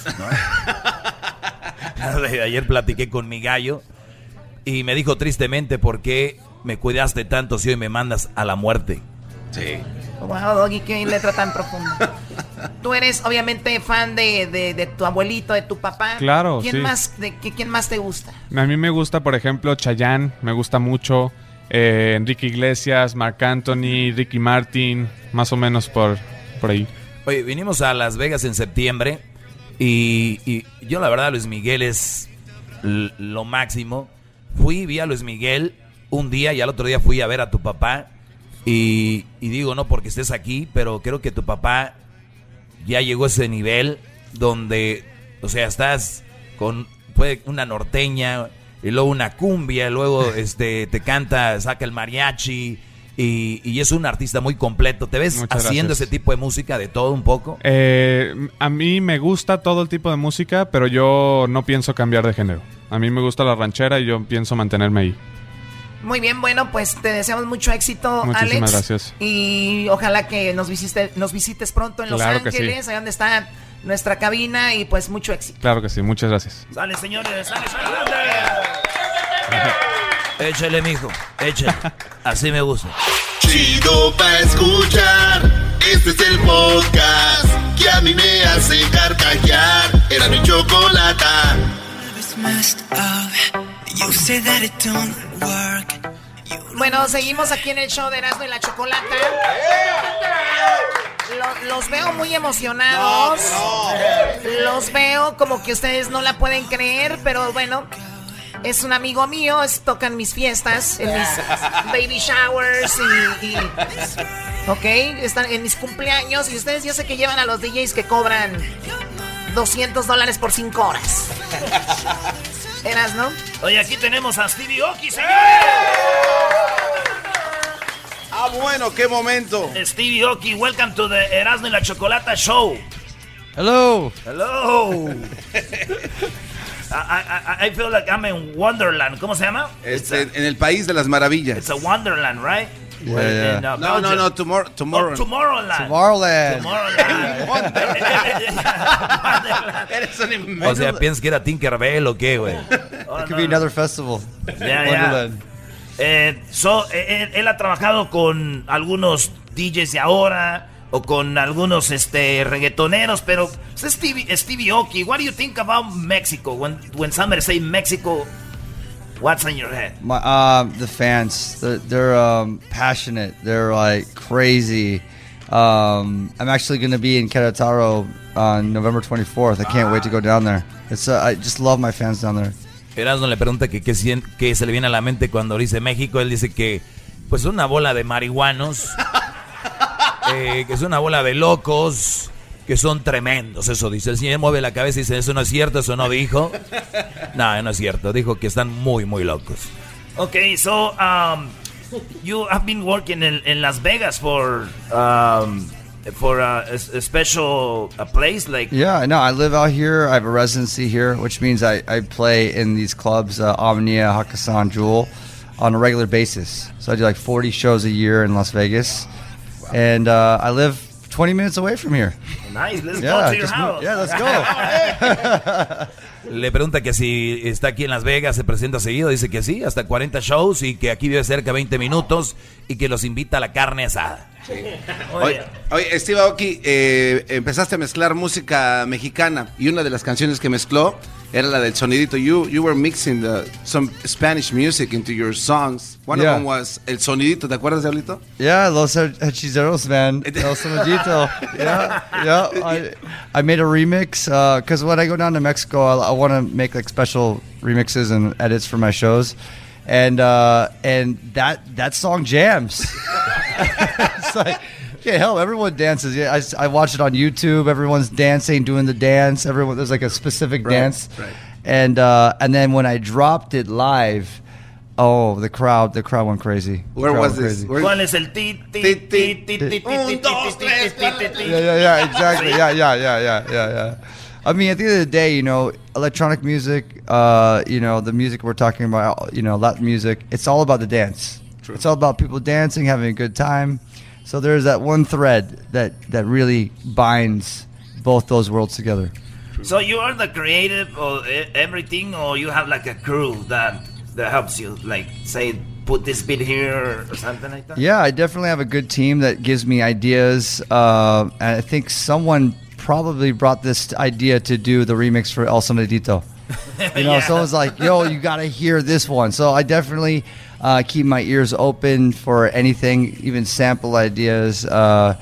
[SPEAKER 6] [LAUGHS] ¿no? Ayer platiqué con mi gallo y me dijo tristemente por qué me cuidaste tanto si hoy me mandas a la muerte.
[SPEAKER 11] Sí.
[SPEAKER 15] Wow, Doggy, qué letra tan profunda. tú eres obviamente fan de, de- de tu abuelito, de tu papá.
[SPEAKER 21] Claro,
[SPEAKER 15] ¿Quién
[SPEAKER 21] sí.
[SPEAKER 15] Más, de, qué- ¿Quién más te gusta?
[SPEAKER 21] A mí me gusta, por ejemplo, Chayanne, me gusta mucho. eh, Enrique Iglesias, Marc Anthony, Ricky Martin, más o menos por, por ahí.
[SPEAKER 6] Oye, vinimos a Las Vegas en septiembre y, y yo la verdad Luis Miguel es l- lo máximo. Fui, vi a Luis Miguel un día y al otro día fui a ver a tu papá y, y digo, no porque estés aquí, pero creo que tu papá ya llegó a ese nivel donde, o sea, estás con puede, una norteña y luego una cumbia, y luego
[SPEAKER 21] [LAUGHS]
[SPEAKER 6] este te canta, saca el mariachi. Y, y es un artista muy completo. ¿Te ves
[SPEAKER 21] Muchas
[SPEAKER 6] haciendo
[SPEAKER 21] gracias.
[SPEAKER 6] ese tipo de música de todo un
[SPEAKER 5] [LAUGHS]
[SPEAKER 6] poco?
[SPEAKER 21] Eh, a mí me gusta todo el tipo de música, pero yo no pienso cambiar de género. A mí me gusta la ranchera y yo pienso mantenerme ahí.
[SPEAKER 15] Muy bien, bueno, pues te deseamos mucho éxito,
[SPEAKER 21] Muchísimas
[SPEAKER 15] Alex.
[SPEAKER 21] gracias.
[SPEAKER 15] Y ojalá que nos, visite, nos visites pronto en Los
[SPEAKER 21] Claro que sí.
[SPEAKER 15] Ángeles, ahí donde está nuestra cabina, y pues mucho éxito.
[SPEAKER 21] Claro que sí, muchas gracias.
[SPEAKER 5] Sale, señores, sale, sale.
[SPEAKER 6] Échale, mijo,
[SPEAKER 21] [LAUGHS]
[SPEAKER 6] échale. Así me gusta.
[SPEAKER 3] Chido pa' escuchar. Este es el podcast que a mí me hace carcajear. Era mi chocolate.
[SPEAKER 15] Bueno, seguimos aquí en el show de Erasmo y la Chocolata.
[SPEAKER 5] ¡Eh!
[SPEAKER 15] los veo muy emocionados. Los veo como que ustedes no la pueden creer, pero bueno, es un amigo mío, es- tocan mis fiestas, en mis baby showers y, y- ok, están en mis cumpleaños y ustedes yo sé que llevan a los DJs que cobran 200 dólares por 5 horas. Eras, ¿no?
[SPEAKER 5] Oye, aquí tenemos a Stevie Oki, señores.
[SPEAKER 11] Ah, bueno, qué momento.
[SPEAKER 5] Stevie Oki, welcome to the Erasmo y la Chocolata Show.
[SPEAKER 2] Hello.
[SPEAKER 6] [LAUGHS]
[SPEAKER 5] Hello. I, I- I- I feel like I'm in Wonderland. ¿Cómo se llama?
[SPEAKER 11] Este, en el país de las maravillas.
[SPEAKER 5] It's a Wonderland, right?
[SPEAKER 11] Yeah, yeah.
[SPEAKER 5] In, uh,
[SPEAKER 11] No, no,
[SPEAKER 5] Belgium.
[SPEAKER 11] no, tomorrow, tomorrow.
[SPEAKER 5] Oh, Tomorrowland.
[SPEAKER 11] Tomorrowland.
[SPEAKER 5] Tomorrowland.
[SPEAKER 11] [LAUGHS] Eres un inmenso.
[SPEAKER 6] O sea, ¿piensas que era Tinkerbell o qué,
[SPEAKER 5] [LAUGHS]
[SPEAKER 6] güey?
[SPEAKER 7] It
[SPEAKER 5] Oh,
[SPEAKER 7] could be another festival.
[SPEAKER 5] Yeah, yeah. Eh, so, eh, él, él ha trabajado con algunos DJs de ahora o con algunos este reggaetoneros, pero so Stevie, Stevie Oki, what do you think about Mexico? When when somebody say Mexico, what's on your head?
[SPEAKER 2] My, um, the fans, they're, they're um, passionate. They're like crazy. Um, I'm actually going to be in Querétaro on November 24th. I can't wait to go down there. It's uh, I just love my fans down there.
[SPEAKER 6] Erasmo le pregunta que qué sien- qué se le viene a la mente cuando dice México. Él dice que, pues, una bola de
[SPEAKER 5] [LAUGHS]
[SPEAKER 6] marihuanos, eh, que es una bola de locos, que son tremendos, eso dice. El señor mueve la cabeza y dice, eso no es cierto, eso no dijo. No, no es cierto, dijo que están muy, muy locos.
[SPEAKER 5] Okay, so um, you have been working in, in Las Vegas for um, for uh, a, a special uh place like
[SPEAKER 2] Yeah, no, I live out here. I have a residency here, which means I, I play in these clubs, uh, Omnia, Hakkasan, Jewel, on a regular basis. So I do like 40 shows a year in Las Vegas. And uh, I live 20 minutes away from here.
[SPEAKER 5] nice. Let's
[SPEAKER 2] Yeah,
[SPEAKER 5] go to your
[SPEAKER 2] just
[SPEAKER 5] house.
[SPEAKER 2] move- yeah, let's
[SPEAKER 6] Le pregunta que si está aquí en Las Vegas, se presenta seguido, dice que sí, hasta 40 shows y que aquí vive cerca de 20 minutos y que los invita a la carne asada.
[SPEAKER 11] Oye, oye, Steve Aoki, eh, empezaste a mezclar música mexicana y una de las canciones que mezcló era la del sonidito. You, you were mixing the, some Spanish music into your songs. One
[SPEAKER 2] Yeah.
[SPEAKER 11] of them was el sonidito. ¿Te acuerdas de Ablito?
[SPEAKER 2] Yeah, Los
[SPEAKER 11] [LAUGHS]
[SPEAKER 2] Hechiceros, man. El Sonidito. Yeah, yeah. I, I made a remix because when I go down to Mexico, I, I want to make like special remixes and edits for my shows, and uh, and that that song jams. [LAUGHS] it's like. Yeah, hell, everyone dances. Yeah, I, s- I watch it on YouTube. Everyone's dancing, doing the dance. Everyone, there's like a specific
[SPEAKER 11] Right,
[SPEAKER 2] dance,
[SPEAKER 11] right.
[SPEAKER 2] and uh, and then when I dropped it live, oh, the crowd, the crowd went crazy. The
[SPEAKER 11] Where
[SPEAKER 2] crowd
[SPEAKER 11] was
[SPEAKER 2] went
[SPEAKER 11] this?
[SPEAKER 2] crazy.
[SPEAKER 11] Where-
[SPEAKER 5] ¿Cuál es el ti ti ti ti ti ti ti ti
[SPEAKER 2] Yeah, yeah, yeah, exactly. Yeah, yeah, yeah, yeah, yeah, yeah. I mean, at the end of the day, you know, electronic music, uh, you know, the music we're talking about, you know, Latin music, it's all about the dance.
[SPEAKER 11] True.
[SPEAKER 2] It's all about people dancing, having a good time. So there's that one thread that that really binds both those worlds together.
[SPEAKER 5] So you are the e, creative or everything, or you have like a crew that that helps you, like say put this bit here or something like that?
[SPEAKER 2] Yeah, I definitely have a good team that gives me ideas. Uh, and I think someone probably brought this idea to do the remix for El Sonidito. [LAUGHS] You know,
[SPEAKER 9] Yeah.
[SPEAKER 2] someone's like, yo, you got to hear this one. So I definitely uh, keep my ears open for anything, even sample ideas. Uh,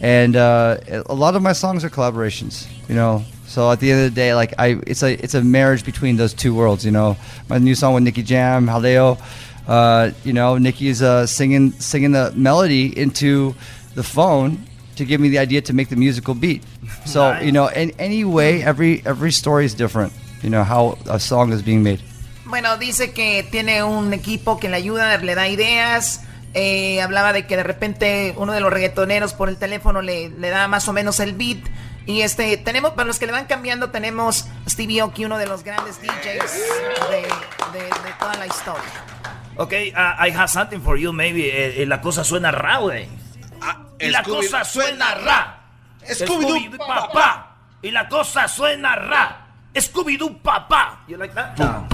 [SPEAKER 2] and uh, a lot of my songs are collaborations, you know. So at the end of the day, like I, it's a it's a marriage between those two worlds, you know. My new song with Nicky Jam, Haleo, uh, you know, Nicky's uh, singing singing the melody into the phone to give me the idea to make the musical beat. So you know, in any way, every every story is different. You know how a song is being made.
[SPEAKER 15] Bueno, dice que tiene un equipo que le ayuda, le da ideas. Eh, hablaba de que de repente uno de los reggaetoneros por el teléfono le, le da más o menos el beat. Y este, tenemos, para los que le van cambiando, tenemos Stevie Oki, uno de los grandes DJs de, de- de toda la historia.
[SPEAKER 5] Ok, uh, I have something for you, maybe. Eh, eh, la cosa suena ra, güey. y la
[SPEAKER 17] Scooby-
[SPEAKER 5] cosa suena ra.
[SPEAKER 17] Scooby-Doo,
[SPEAKER 5] Scooby-Doo, papá. Y la cosa suena ra. Scooby-Doo, papá. You like that?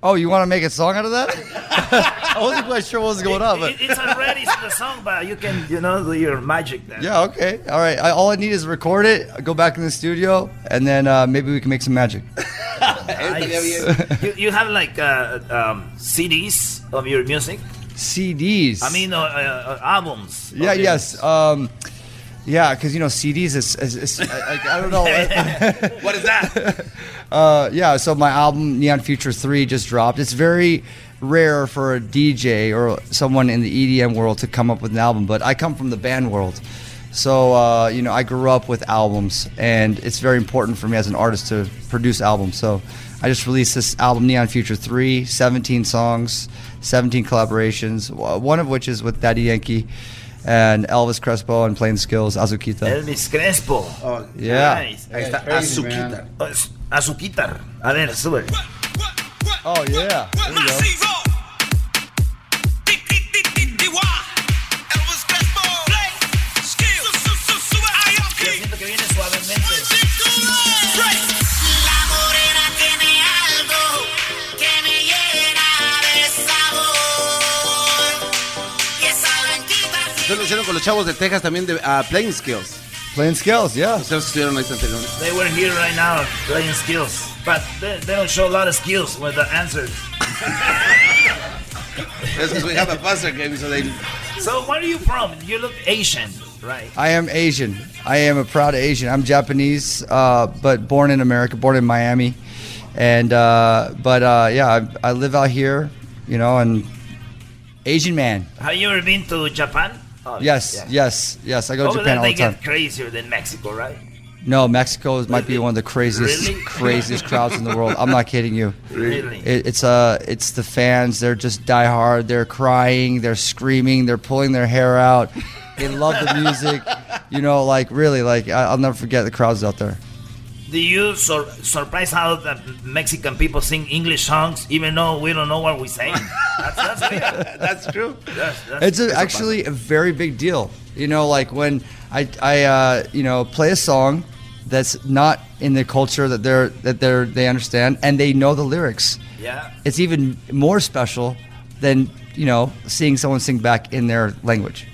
[SPEAKER 2] Oh, you want to make a song out of that? [LAUGHS] I wasn't quite sure what was going on, but
[SPEAKER 5] It- it's already in the song, but you can, you know, do your magic there.
[SPEAKER 2] yeah, okay, all right. I, all I need is record it, go back in the studio, and then uh, maybe we can make some [LAUGHS] magic.
[SPEAKER 5] Nice. you, you have like uh, um, CDs of your music?
[SPEAKER 2] CDs.
[SPEAKER 5] I mean, uh, uh, uh, albums.
[SPEAKER 2] Yeah,
[SPEAKER 5] Okay.
[SPEAKER 2] yes. Um, yeah, because you know CDs is, is, is I, I- I don't know.
[SPEAKER 5] what is that?
[SPEAKER 2] [LAUGHS] uh, yeah, so my album Neon Future Three just dropped. It's very rare for a DJ or someone in the EDM world to come up with an album, but I come from the band world. So uh, you know, I grew up with albums, and it's very important for me as an artist to produce albums. So I just released this album, Neon Future Three, 17 songs, 17 collaborations, w- one of which is with Daddy Yankee and Elvis Crespo and Plain Skills Azuquita.
[SPEAKER 5] [LAUGHS] Elvis Crespo. Oh,
[SPEAKER 2] Yeah.
[SPEAKER 5] Ahí está,
[SPEAKER 2] Yeah, it's crazy,
[SPEAKER 5] Azuquitar. Az- Azuquitar. A ver, sube.
[SPEAKER 2] Oh, yeah. There
[SPEAKER 5] you go.
[SPEAKER 17] Yo siento que viene suavemente.
[SPEAKER 4] La morena tiene algo que me llena de sabor. Y esa blanquita
[SPEAKER 11] Yo lo hicieron con los chavos de Texas también de ah, Playing Skills.
[SPEAKER 2] Playing Skills, yeah.
[SPEAKER 11] Los chavos que estuvieron ahí anteriormente.
[SPEAKER 5] They were here right now playing skills, but they, they don't show a lot of skills with the answers.
[SPEAKER 11] Es que we have a buzzer game, so they-
[SPEAKER 5] So, where are you from? You look Asian, right?
[SPEAKER 2] I am Asian. I am a proud Asian. I'm Japanese, uh, but born in America, born in Miami, and uh, but uh, yeah, I, I live out here, you know, and Asian man.
[SPEAKER 5] Have you ever been to Japan? Oh,
[SPEAKER 2] Yes,
[SPEAKER 5] yeah.
[SPEAKER 2] yes, yes. I go to
[SPEAKER 5] Over
[SPEAKER 2] Japan
[SPEAKER 5] there
[SPEAKER 2] all
[SPEAKER 5] they
[SPEAKER 2] the time.
[SPEAKER 5] get crazier than Mexico, right?
[SPEAKER 2] No, Mexico is- might be one of the craziest,
[SPEAKER 5] Really?
[SPEAKER 2] craziest crowds in the world. I'm not kidding you.
[SPEAKER 5] Really?
[SPEAKER 2] It, it's uh, it's the fans. They're just diehard. They're crying. They're screaming. They're pulling their hair out. They love the
[SPEAKER 5] [LAUGHS]
[SPEAKER 2] music. You know, like really, like I, I'll never forget the crowds out there.
[SPEAKER 5] Do you sur- surprise how the Mexican people sing English songs even though we don't know what we
[SPEAKER 11] [LAUGHS]
[SPEAKER 5] say? That's, that's weird.
[SPEAKER 11] that's true.
[SPEAKER 2] it's a, actually a very big deal. You know, like when I, I uh, you know, play a song that's not in the culture that they're that they're they understand and they know the lyrics.
[SPEAKER 5] Yeah.
[SPEAKER 2] It's even more special than you know seeing someone sing back in their language.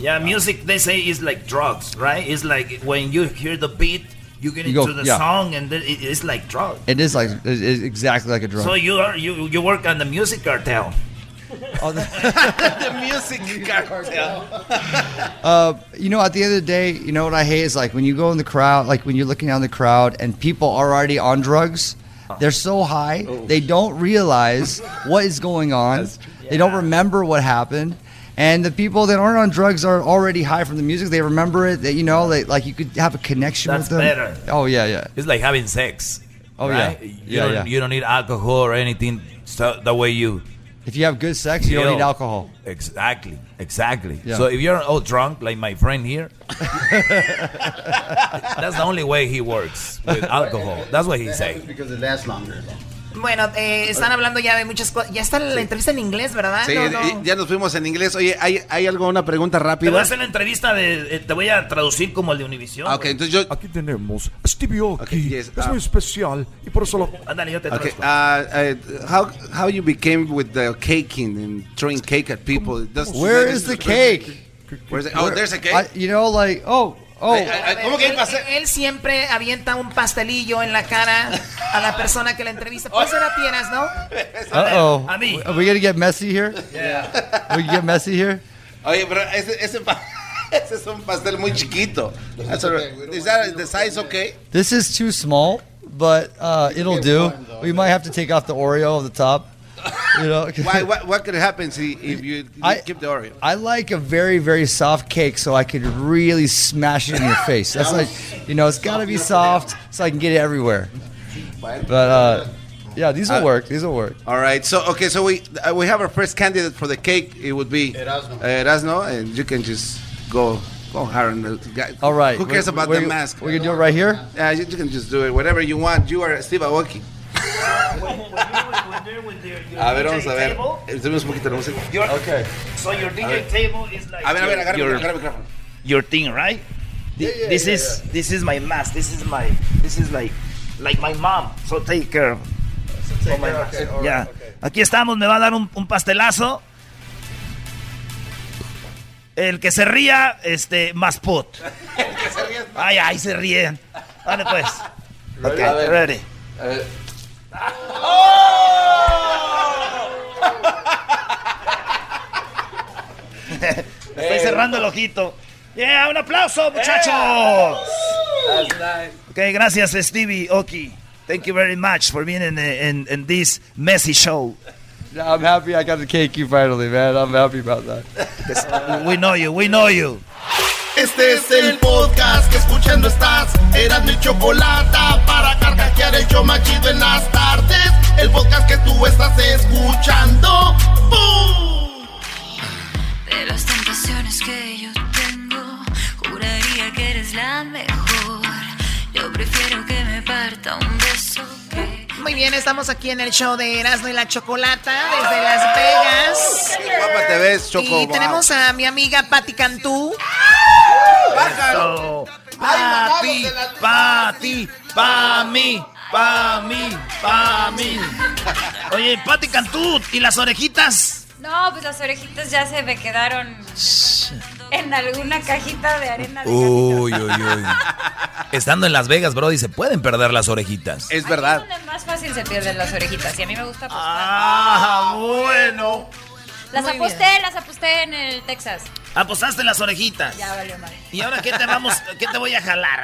[SPEAKER 5] Yeah, music they say is like drugs, right? It's like when you hear the beat, you get
[SPEAKER 2] You go-
[SPEAKER 5] into the
[SPEAKER 2] yeah.
[SPEAKER 5] song, and then it- it's like drugs.
[SPEAKER 2] It is like it is exactly like a drum.
[SPEAKER 5] So you are you you work on the music cartel.
[SPEAKER 11] [LAUGHS] the music cartel.
[SPEAKER 2] Uh, you know, at the end of the day, you know what I hate is like when you go in the crowd, like when you're looking down the crowd and people are already on drugs. They're so high,
[SPEAKER 5] Oh.
[SPEAKER 2] they don't
[SPEAKER 5] [LAUGHS]
[SPEAKER 2] realize what is going on. They don't remember what happened. And the people that aren't on drugs are already high from the music. They remember it. That you know, they, like you could have a connection
[SPEAKER 5] That's
[SPEAKER 2] with them.
[SPEAKER 5] better.
[SPEAKER 2] Oh yeah, yeah.
[SPEAKER 6] It's like having sex.
[SPEAKER 2] Oh,
[SPEAKER 6] right?
[SPEAKER 2] yeah.
[SPEAKER 6] You
[SPEAKER 2] Yeah,
[SPEAKER 6] don't,
[SPEAKER 2] yeah.
[SPEAKER 6] You don't need alcohol or anything. So that way you.
[SPEAKER 2] If you have good sex, you don't need alcohol.
[SPEAKER 6] Oh, Exactly. Exactly.
[SPEAKER 2] Yeah.
[SPEAKER 6] So if you're all drunk, like my friend
[SPEAKER 9] [LAUGHS]
[SPEAKER 6] here, that's the only way he works with alcohol. That's what he
[SPEAKER 14] That
[SPEAKER 6] say.
[SPEAKER 14] happens Because it lasts longer.
[SPEAKER 15] Bueno, eh, están hablando ya de muchas cosas. Ya está la entrevista en inglés, ¿verdad?
[SPEAKER 11] Sí,
[SPEAKER 15] No,
[SPEAKER 11] y-
[SPEAKER 15] Ah, no.
[SPEAKER 11] y ya nos fuimos en inglés. Oye, ¿hay, hay algo, una pregunta
[SPEAKER 5] Te voy a
[SPEAKER 11] rápida?
[SPEAKER 5] hacer la entrevista de. eh, te voy a traducir como el de Univision.
[SPEAKER 11] Ah, ok,
[SPEAKER 5] güey.
[SPEAKER 11] entonces yo...
[SPEAKER 9] Aquí tenemos a Stevie Aoki. es
[SPEAKER 11] ah.
[SPEAKER 9] muy especial y por eso lo...
[SPEAKER 5] Ándale, yo te
[SPEAKER 11] Okay,
[SPEAKER 5] traduzco.
[SPEAKER 11] uh, uh, how how you became with the caking and throwing cake at people? Does-
[SPEAKER 2] Where is the cake?
[SPEAKER 11] Where's the- oh, there's a cake.
[SPEAKER 2] I- you know, like oh oh.
[SPEAKER 15] A ver, él, él siempre avienta un pastelillo en la cara a la persona que la entrevista. Puede ser a Tieras, ¿no?
[SPEAKER 2] Uh [LAUGHS] oh.
[SPEAKER 15] A mí.
[SPEAKER 2] Are we gonna get messy
[SPEAKER 5] [LAUGHS]
[SPEAKER 2] here? We can get messy here.
[SPEAKER 11] Oye, pero ese, ese, pa- [LAUGHS] ese es un pastel muy chiquito. That's all right. Is that the size okay?
[SPEAKER 2] This is too small, but uh, it'll do. We might have to take off the Oreo of the top. You know.
[SPEAKER 11] [LAUGHS] Why, what, what could happen see, if you
[SPEAKER 2] I-
[SPEAKER 11] keep the Oreo?
[SPEAKER 2] I like a very very soft cake, so I could really smash it in your face. That's like, you know, it's got to be soft, so I can get it everywhere. But uh, yeah, these will
[SPEAKER 11] Uh,
[SPEAKER 2] work. These will work.
[SPEAKER 11] All right. So okay. So we uh, we have our first candidate for the cake. It would be Erasmo. Erasmo, and you can just go go hard. and, uh, guy-
[SPEAKER 2] All right.
[SPEAKER 11] Who cares
[SPEAKER 2] We-
[SPEAKER 11] about
[SPEAKER 2] we-
[SPEAKER 11] the mask?
[SPEAKER 2] We can do it right here.
[SPEAKER 11] Yeah, you, you can just do it. Whatever you want. You are Steve Aoki. A ver, vamos a ver. Subimos un poquito la música.
[SPEAKER 5] Okay. So your
[SPEAKER 11] A
[SPEAKER 5] DJ
[SPEAKER 11] ver.
[SPEAKER 5] table is like.
[SPEAKER 11] A ver, a ver,
[SPEAKER 5] your-
[SPEAKER 11] agarra
[SPEAKER 5] your-
[SPEAKER 11] el micrófono.
[SPEAKER 5] Your thing, right? Th-
[SPEAKER 11] yeah,
[SPEAKER 5] this
[SPEAKER 11] yeah,
[SPEAKER 5] is this is my mask. This is my this is like like my mom. So take care. of- of my mask. yeah. Aquí estamos. Me va a dar un, un pastelazo. El que se ría, este, más put.
[SPEAKER 11] [LAUGHS]
[SPEAKER 5] Ay, ay, se ríen. Dale pues.
[SPEAKER 11] [LAUGHS]
[SPEAKER 5] Okay,
[SPEAKER 11] A ver.
[SPEAKER 5] ready. [LAUGHS]
[SPEAKER 11] A ver. Oh! [LAUGHS] Eh,
[SPEAKER 5] Estoy cerrando el ojito. Yeah, un aplauso, muchachos.
[SPEAKER 11] Eh.
[SPEAKER 5] Ok, gracias Stevie Oki. Thank you very much for being in, eh, in, in this messy show.
[SPEAKER 2] Yeah, I'm happy I got the cake you finally, man. I'm happy about that.
[SPEAKER 5] We know you, we know you.
[SPEAKER 3] Este es el podcast que escuchando estás. Eran mi chocolate para carcajear el show más chido en las tardes. El podcast que tú estás escuchando. ¡Pum!
[SPEAKER 4] De las tentaciones que yo tengo, juraría que eres la mejor. Yo prefiero que me parta un beso.
[SPEAKER 15] Muy bien, estamos aquí en el show de Erasmo y la Chocolata desde Las Vegas.
[SPEAKER 11] Qué guapa te ves, Choco.
[SPEAKER 15] Y
[SPEAKER 11] Wow.
[SPEAKER 15] tenemos a mi amiga Patti
[SPEAKER 5] [LAUGHS]
[SPEAKER 15] Cantú.
[SPEAKER 5] Pájaro. Pati, Pati, pa mí, pa mí, pa mí. Oye, Pati Cantú, ¿y las orejitas?
[SPEAKER 22] No, pues las orejitas ya se me quedaron en alguna cajita de arena. de-
[SPEAKER 6] Uy, uy,
[SPEAKER 22] [LAUGHS]
[SPEAKER 6] uy. Estando en Las Vegas, Brody, se pueden perder las orejitas.
[SPEAKER 11] Es
[SPEAKER 22] Donde más fácil se pierden las orejitas y a mí me gusta apostar.
[SPEAKER 5] Ah, bueno.
[SPEAKER 22] las
[SPEAKER 5] muy
[SPEAKER 22] aposté, las aposté en el Texas.
[SPEAKER 5] Apostaste las orejitas.
[SPEAKER 22] Ya valió mal.
[SPEAKER 5] ¿Y ahora qué te vamos, qué te voy a jalar?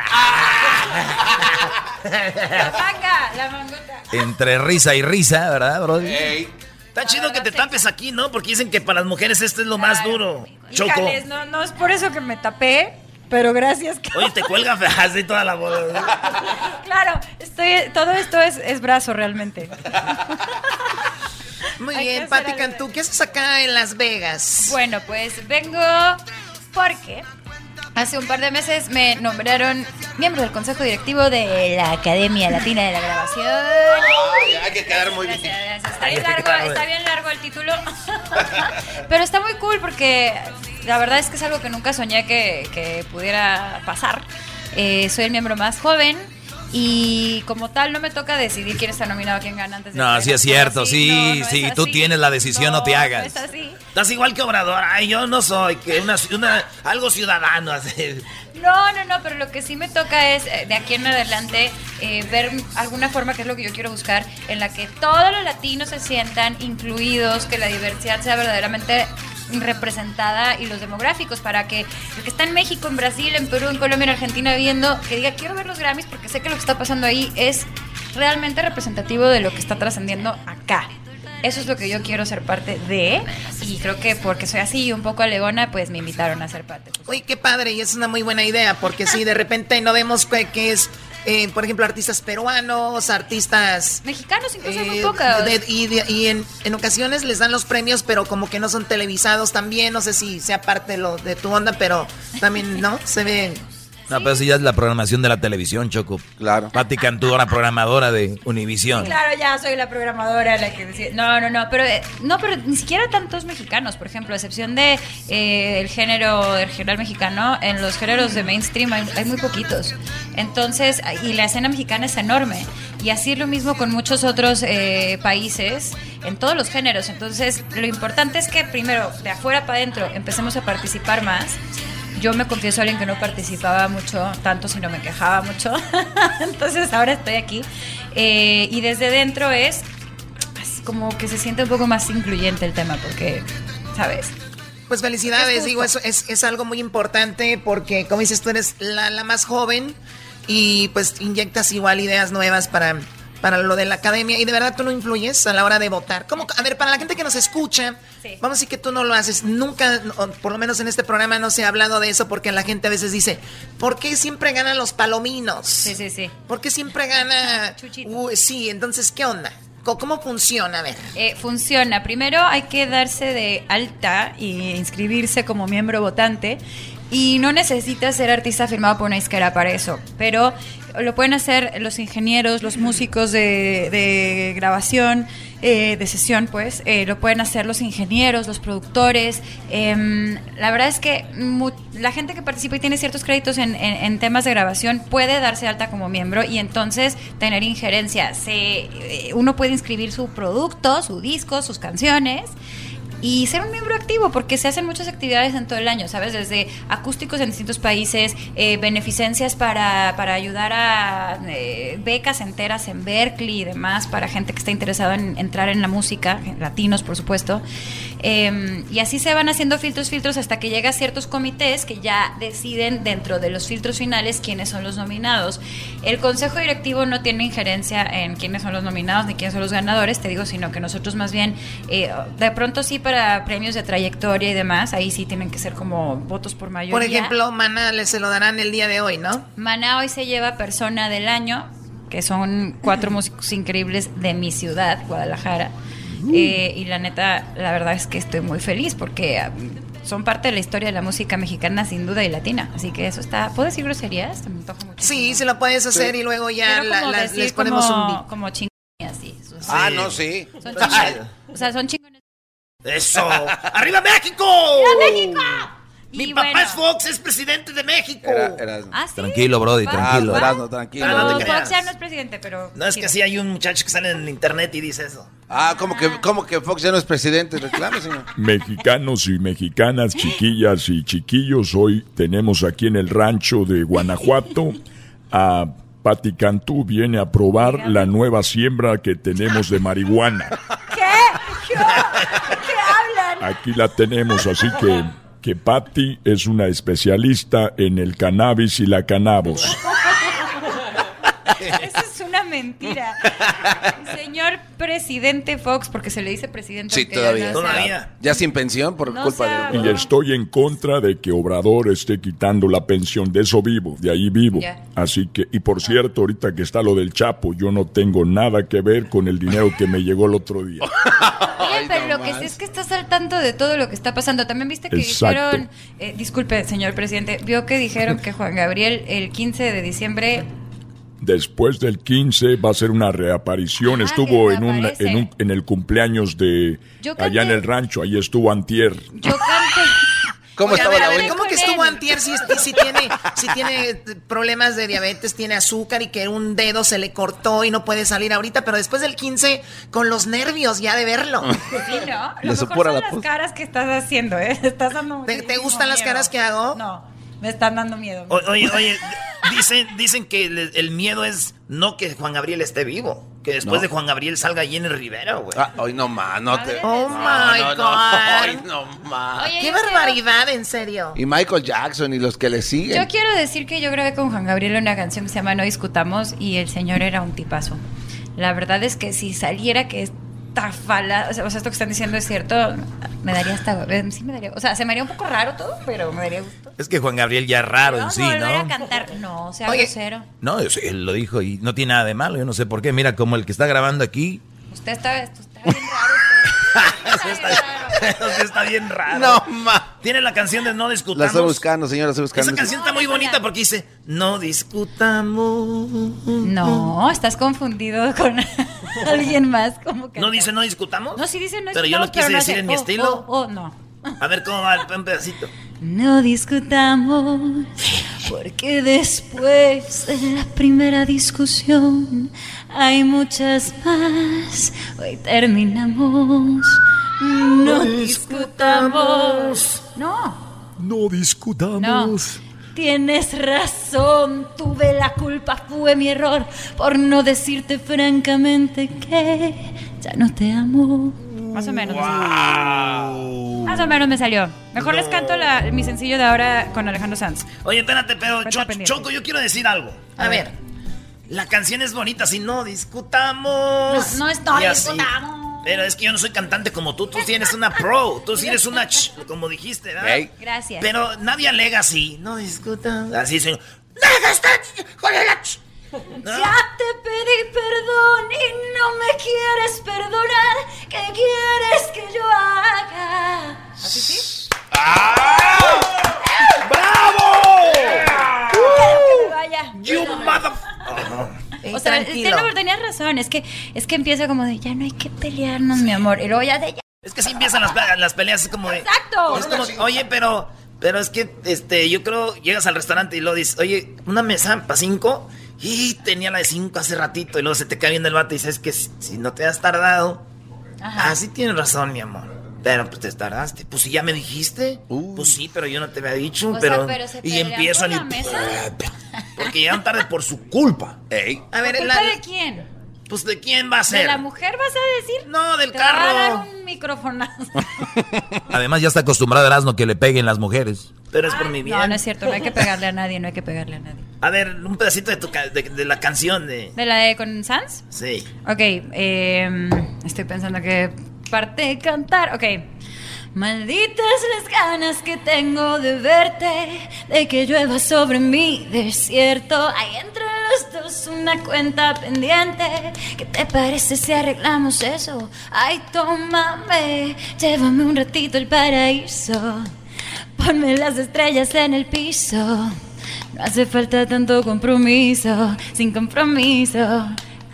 [SPEAKER 22] La manga, la mangota.
[SPEAKER 6] Entre risa y risa, ¿verdad, Brody?
[SPEAKER 5] Está chido que te tapes aquí, ¿no? Porque dicen que para las mujeres esto es lo más duro. Choco.
[SPEAKER 22] Híjales, no, no es por eso que me tapé, pero gracias. que-
[SPEAKER 5] Oye, te cuelgan [LAUGHS] así toda la boda.
[SPEAKER 22] Claro, estoy, todo esto es, es brazo realmente.
[SPEAKER 15] Muy bien, Patti Cantú, ¿qué haces acá en Las Vegas?
[SPEAKER 22] Bueno, pues vengo porque hace un par de meses me nombraron miembro del consejo directivo de la Academia Latina de la Grabación.
[SPEAKER 11] Hay que quedar muy bien.
[SPEAKER 22] Está bien largo, está bien largo el título.
[SPEAKER 11] [LAUGHS]
[SPEAKER 22] Pero está muy cool porque la verdad es que es algo que nunca soñé que, que pudiera pasar. Eh, soy el miembro más joven y como tal no me toca decidir quién está nominado, quién gana antes de
[SPEAKER 6] No,
[SPEAKER 22] que-
[SPEAKER 6] sí es cierto,
[SPEAKER 22] no,
[SPEAKER 6] sí,
[SPEAKER 22] no es
[SPEAKER 6] sí, tú
[SPEAKER 22] así.
[SPEAKER 6] tienes la decisión, no, te
[SPEAKER 22] No,
[SPEAKER 6] hagas.
[SPEAKER 22] no es así.
[SPEAKER 5] Estás igual que Obrador. Ay, yo no soy. Que una, una, algo ciudadano. Así.
[SPEAKER 22] No, no, no, pero lo que sí me toca es eh, de aquí en adelante eh, ver alguna forma, que es lo que yo quiero buscar, en la que todos los latinos se sientan incluidos, que la diversidad sea verdaderamente representada y los demográficos para que el que está en México, en Brasil, en Perú, en Colombia, en Argentina viendo, que diga quiero ver los Grammys porque sé que lo que está pasando ahí es realmente representativo de lo que está trascendiendo acá. Eso es lo que yo quiero ser parte de y creo que porque soy así y un poco alegona, pues me invitaron a ser parte.
[SPEAKER 15] Uy, qué padre, y es una muy buena idea, porque si de repente no vemos que, que es, eh, por ejemplo, artistas peruanos, artistas...
[SPEAKER 22] Mexicanos incluso hay muy
[SPEAKER 15] eh,
[SPEAKER 22] pocos.
[SPEAKER 15] de- y de- y en, en ocasiones les dan los premios, pero como que no son televisados también, no sé si sea parte de lo, de tu onda, pero también, ¿no? Se ve...
[SPEAKER 6] No, pero eso ya es la programación de la televisión, Choco. Claro. Pati Cantú, ahora programadora de Univisión.
[SPEAKER 22] Claro, ya soy la programadora la que decide. No, no, no, pero eh, no, pero ni siquiera tantos mexicanos, por ejemplo, a excepción de eh, el género el regional mexicano, en los géneros de mainstream hay, hay muy poquitos. Entonces, y la escena mexicana es enorme. Y así es lo mismo con muchos otros eh, países, en todos los géneros. Entonces, lo importante es que primero, de afuera para adentro, empecemos a participar más. Yo me confieso a alguien que no participaba mucho, tanto si no me quejaba mucho. [LAUGHS] Entonces ahora estoy aquí. Eh, y desde dentro es así como que se siente un poco más incluyente el tema, porque, ¿sabes?
[SPEAKER 15] Pues
[SPEAKER 22] Es
[SPEAKER 15] felicidades,
[SPEAKER 22] justo.
[SPEAKER 15] digo, eso es, es algo muy importante porque, como dices, tú eres la, la más joven y pues inyectas igual ideas nuevas para, para lo de la academia y de verdad tú no influyes a la hora de votar. ¿Cómo? A ver, para la gente que nos escucha, vamos a decir que tú no lo haces, nunca, o por lo menos en este programa no se ha hablado de eso porque la gente a veces dice, ¿por qué siempre ganan los palominos? Sí,
[SPEAKER 22] sí, sí.
[SPEAKER 15] ¿Por qué siempre gana... Uy, sí, entonces, ¿qué onda? Co- ¿Cómo funciona? A ver.
[SPEAKER 22] Eh, funciona. Primero hay que darse de alta e inscribirse como miembro votante. Y no necesitas ser artista firmado por una disquera para eso. Pero lo pueden hacer los ingenieros, los músicos de, de grabación, eh, de sesión, pues. eh, lo pueden hacer los ingenieros, los productores. Em, la verdad es que mu- la gente que participa y tiene ciertos créditos en, en- en temas de grabación puede darse de alta como miembro y entonces tener injerencia. Se, eh, uno puede inscribir su producto, su disco, sus canciones y ser un miembro activo porque se hacen muchas actividades en todo el año, ¿sabes? Desde acústicos en distintos países, eh, beneficencias para, para ayudar a eh, becas enteras en Berkeley y demás para gente que está interesada en entrar en la música, latinos por supuesto. Eh, y así se van haciendo filtros, filtros hasta que llega a ciertos comités que ya deciden dentro de los filtros finales quiénes son los nominados. El consejo directivo no tiene injerencia en quiénes son los nominados ni quiénes son los ganadores, te digo, sino que nosotros más bien, eh, de pronto sí para premios de trayectoria y demás, ahí sí tienen que ser como votos por mayoría.
[SPEAKER 15] Por ejemplo, Mana le se lo darán el día de hoy, ¿no?
[SPEAKER 22] Maná hoy se lleva persona del año, que son cuatro músicos increíbles de mi ciudad, Guadalajara. Eh, y la neta, la verdad es que estoy muy feliz porque ah, son parte de la historia de la música mexicana sin duda y latina. Así que eso está... ¿Puedo decir groserías? Se me antoja mucho.
[SPEAKER 15] Sí, se lo puedes hacer y luego ya
[SPEAKER 22] Quiero
[SPEAKER 15] la-
[SPEAKER 22] como
[SPEAKER 15] la-
[SPEAKER 22] decir
[SPEAKER 15] les ponemos
[SPEAKER 22] como-
[SPEAKER 15] un beat.
[SPEAKER 22] Como ching... así.
[SPEAKER 11] Ah, no, sí.
[SPEAKER 22] Son chingones. O sea, son chingones.
[SPEAKER 11] [LAUGHS] Eso.
[SPEAKER 3] ¡Arriba México!
[SPEAKER 22] ¡Arriba México!
[SPEAKER 3] Mi
[SPEAKER 22] Y
[SPEAKER 3] papá
[SPEAKER 22] bueno.
[SPEAKER 3] es Fox, es presidente de México.
[SPEAKER 11] Era- Erasmo.
[SPEAKER 22] Ah, sí.
[SPEAKER 6] Tranquilo, Brody, tranquilo.
[SPEAKER 3] Ah, Erasmo, tranquilo.
[SPEAKER 22] No,
[SPEAKER 3] no te
[SPEAKER 22] Fox
[SPEAKER 3] creas.
[SPEAKER 22] ya no es presidente, pero...
[SPEAKER 3] No, es que sí hay un muchacho que sale en el internet y dice eso.
[SPEAKER 11] Ah, como que, como que Fox ya no es presidente. Reclame, señor.
[SPEAKER 12] Mexicanos y mexicanas, chiquillas y chiquillos, hoy tenemos aquí en el rancho de Guanajuato a Pati Cantú, viene a probar la nueva siembra que tenemos de marihuana.
[SPEAKER 3] ¿Qué?
[SPEAKER 12] Aquí la tenemos, así que, que Pati es una especialista en el cannabis y la cannabis.
[SPEAKER 22] Eso es una mentira. Señor presidente Fox, porque se le dice presidente.
[SPEAKER 11] Sí,
[SPEAKER 22] aunque ya
[SPEAKER 11] todavía.
[SPEAKER 22] no sea-
[SPEAKER 11] Ya sin pensión por
[SPEAKER 22] No
[SPEAKER 11] culpa
[SPEAKER 22] sea-
[SPEAKER 11] de...
[SPEAKER 12] Y estoy en contra de que Obrador esté quitando la pensión, de eso vivo, de ahí vivo.
[SPEAKER 22] Ya.
[SPEAKER 12] Así que, y por cierto, ahorita que está lo del Chapo, yo no tengo nada que ver con el dinero que me llegó el otro día.
[SPEAKER 22] Oye, pero lo que sí es que estás al tanto de todo lo que está pasando. También viste que
[SPEAKER 12] Exacto.
[SPEAKER 22] dijeron, eh, disculpe, señor presidente, vio que dijeron que Juan Gabriel el 15 de diciembre
[SPEAKER 12] Después del 15 va a ser una
[SPEAKER 15] Ah,
[SPEAKER 12] reaparición, estuvo en, un,
[SPEAKER 22] reaparece.
[SPEAKER 12] en, un- en el cumpleaños de
[SPEAKER 22] Yo
[SPEAKER 12] allá en el rancho, ahí estuvo Antier.
[SPEAKER 22] yo
[SPEAKER 5] [LAUGHS]
[SPEAKER 22] canté.
[SPEAKER 11] ¿Cómo
[SPEAKER 15] Oye, a
[SPEAKER 12] estaba
[SPEAKER 15] ver,
[SPEAKER 12] la
[SPEAKER 15] a ver,
[SPEAKER 12] olla?
[SPEAKER 15] ¿cómo que estuvo antier si, si tiene, si tiene problemas de diabetes, tiene azúcar y que un dedo se le cortó y no puede salir ahorita, pero después del 15 con los nervios ya de
[SPEAKER 5] [LAUGHS]
[SPEAKER 15] verlo?
[SPEAKER 22] Sí, ¿no?
[SPEAKER 15] Le
[SPEAKER 22] Lo mejor
[SPEAKER 15] supura
[SPEAKER 22] son
[SPEAKER 15] la
[SPEAKER 22] las
[SPEAKER 15] pos-
[SPEAKER 22] caras que estás haciendo, ¿eh? [LAUGHS] Estás dando ¿Te, gustan las caras que hago? No, me están dando miedo.
[SPEAKER 3] O- oye, oye, dicen, dicen que le- el miedo es no que Juan Gabriel esté vivo, que después
[SPEAKER 11] No.
[SPEAKER 3] de Juan Gabriel salga Jenny Rivera, güey.
[SPEAKER 11] Ah, hoy no más, no te...
[SPEAKER 15] Oh,
[SPEAKER 11] No,
[SPEAKER 15] my
[SPEAKER 11] [LAUGHS] no, no,
[SPEAKER 15] God.
[SPEAKER 11] hoy no más.
[SPEAKER 15] ¡Qué barbaridad, en serio!
[SPEAKER 11] Y Michael Jackson y los que le siguen.
[SPEAKER 22] Yo quiero decir que yo grabé con Juan Gabriel una canción que se llama No discutamos y el señor era un tipazo. La verdad es que si saliera que esta fala, o sea, o sea, esto que están diciendo es cierto, me daría hasta, eh, sí me daría, o sea, se me haría un poco raro todo, pero me daría gusto.
[SPEAKER 6] Es que Juan Gabriel ya es raro en sí,
[SPEAKER 22] Volver a
[SPEAKER 6] ¿no?
[SPEAKER 22] cantar, no, sea grosero.
[SPEAKER 6] No, es- él lo
[SPEAKER 5] [LAUGHS]
[SPEAKER 6] dijo y no tiene nada de malo, yo no sé por qué. Mira, como el que está grabando aquí,
[SPEAKER 22] Usted está, usted está bien raro.
[SPEAKER 5] Eso está, eso sí está bien raro.
[SPEAKER 11] No,
[SPEAKER 5] Tiene la canción de No
[SPEAKER 11] La
[SPEAKER 5] Discutamos.
[SPEAKER 11] estoy buscando, señora, la estoy buscando.
[SPEAKER 5] Esa canción está muy bonita porque dice No discutamos.
[SPEAKER 22] No, estás confundido con [LAUGHS] alguien más. Como que
[SPEAKER 5] ¿No dice No discutamos?
[SPEAKER 22] No, sí dice no
[SPEAKER 5] Pero yo lo
[SPEAKER 22] discutamos,
[SPEAKER 5] quise
[SPEAKER 22] no
[SPEAKER 5] decir
[SPEAKER 22] hace,
[SPEAKER 5] en mi
[SPEAKER 22] "Oh,
[SPEAKER 5] estilo".
[SPEAKER 22] Oh, oh, no.
[SPEAKER 5] A ver cómo va un pedacito.
[SPEAKER 22] No discutamos, porque después de la primera discusión hay muchas más. Hoy terminamos. No discutamos. No,
[SPEAKER 9] No discutamos.
[SPEAKER 22] tienes razón. Tuve la culpa, fue mi error por no decirte francamente que ya no te amo. Más o menos. Más o menos me salió. Mejor les canto la- mi sencillo de ahora con Alejandro Sanz.
[SPEAKER 5] Oye, espérate, pero Cho- Choco, yo quiero decir algo.
[SPEAKER 22] A, ver.
[SPEAKER 5] La canción es bonita, si no discutamos.
[SPEAKER 22] No, no es no
[SPEAKER 5] Y así.
[SPEAKER 22] discutamos.
[SPEAKER 5] Pero es que yo no soy cantante como tú, tú tienes
[SPEAKER 22] [LAUGHS]
[SPEAKER 5] una pro, tú sí eres una ch, como dijiste, ¿verdad?
[SPEAKER 17] Ey.
[SPEAKER 22] Gracias.
[SPEAKER 5] Pero nadie alega así, no discutamos. Así se
[SPEAKER 22] Ya te pedí perdón y no me quieres perdonar. ¿Qué quieres que yo haga? ¿Así sí?
[SPEAKER 5] ¡Bravo!
[SPEAKER 22] Quiero que me vaya.
[SPEAKER 5] You mother...
[SPEAKER 22] O sea,
[SPEAKER 5] tranquilo.
[SPEAKER 22] tienes- tenías razón, es que, es que empieza como de ya no hay que pelearnos, mi amor. Y luego ya de ya.
[SPEAKER 5] Es que si empiezan las, pe- las peleas es como de.
[SPEAKER 22] Exacto.
[SPEAKER 5] Es como, oye, pero. Pero es que, este, yo creo, llegas al restaurante y lo dices, oye, una mesa para cinco. Y tenía la de cinco hace ratito. Y luego se te cae viendo el vato y dices, es que si, si no te has tardado. Ah, sí tienes razón, mi amor. Pero pues te tardaste. Pues si ya me dijiste. Pues sí, pero yo no te había dicho.
[SPEAKER 22] O sea,
[SPEAKER 5] pero,
[SPEAKER 22] pero se
[SPEAKER 5] y
[SPEAKER 22] pelean por
[SPEAKER 5] empiezan y.
[SPEAKER 22] la mesa.
[SPEAKER 5] [LAUGHS] Porque llegaron tarde por su culpa.
[SPEAKER 22] A ver,
[SPEAKER 5] la-
[SPEAKER 22] de quién?
[SPEAKER 5] Pues de quién va a
[SPEAKER 22] ¿De
[SPEAKER 5] ser.
[SPEAKER 22] la mujer vas a decir?
[SPEAKER 5] No, del
[SPEAKER 22] Te va a
[SPEAKER 5] carro.
[SPEAKER 22] dar un microfonazo.
[SPEAKER 6] Además, ya está acostumbrado Erasmo que le peguen las mujeres.
[SPEAKER 5] Pero es por mi bien.
[SPEAKER 22] Ah, No, no es cierto, no hay que pegarle a nadie, no hay que pegarle a nadie.
[SPEAKER 5] A ver, un pedacito de, tu ca- de, de la canción de...
[SPEAKER 22] ¿De la de con Sans?
[SPEAKER 5] Sí.
[SPEAKER 22] Ok, eh, estoy pensando que parte de cantar. Ok. Malditas las ganas que tengo de verte, de que llueva sobre mi desierto. Ahí entre los dos una cuenta pendiente. ¿Qué te parece si arreglamos eso? Ay, tómame, llévame un ratito al paraíso. Ponme las estrellas en el piso. No hace falta tanto compromiso, sin compromiso.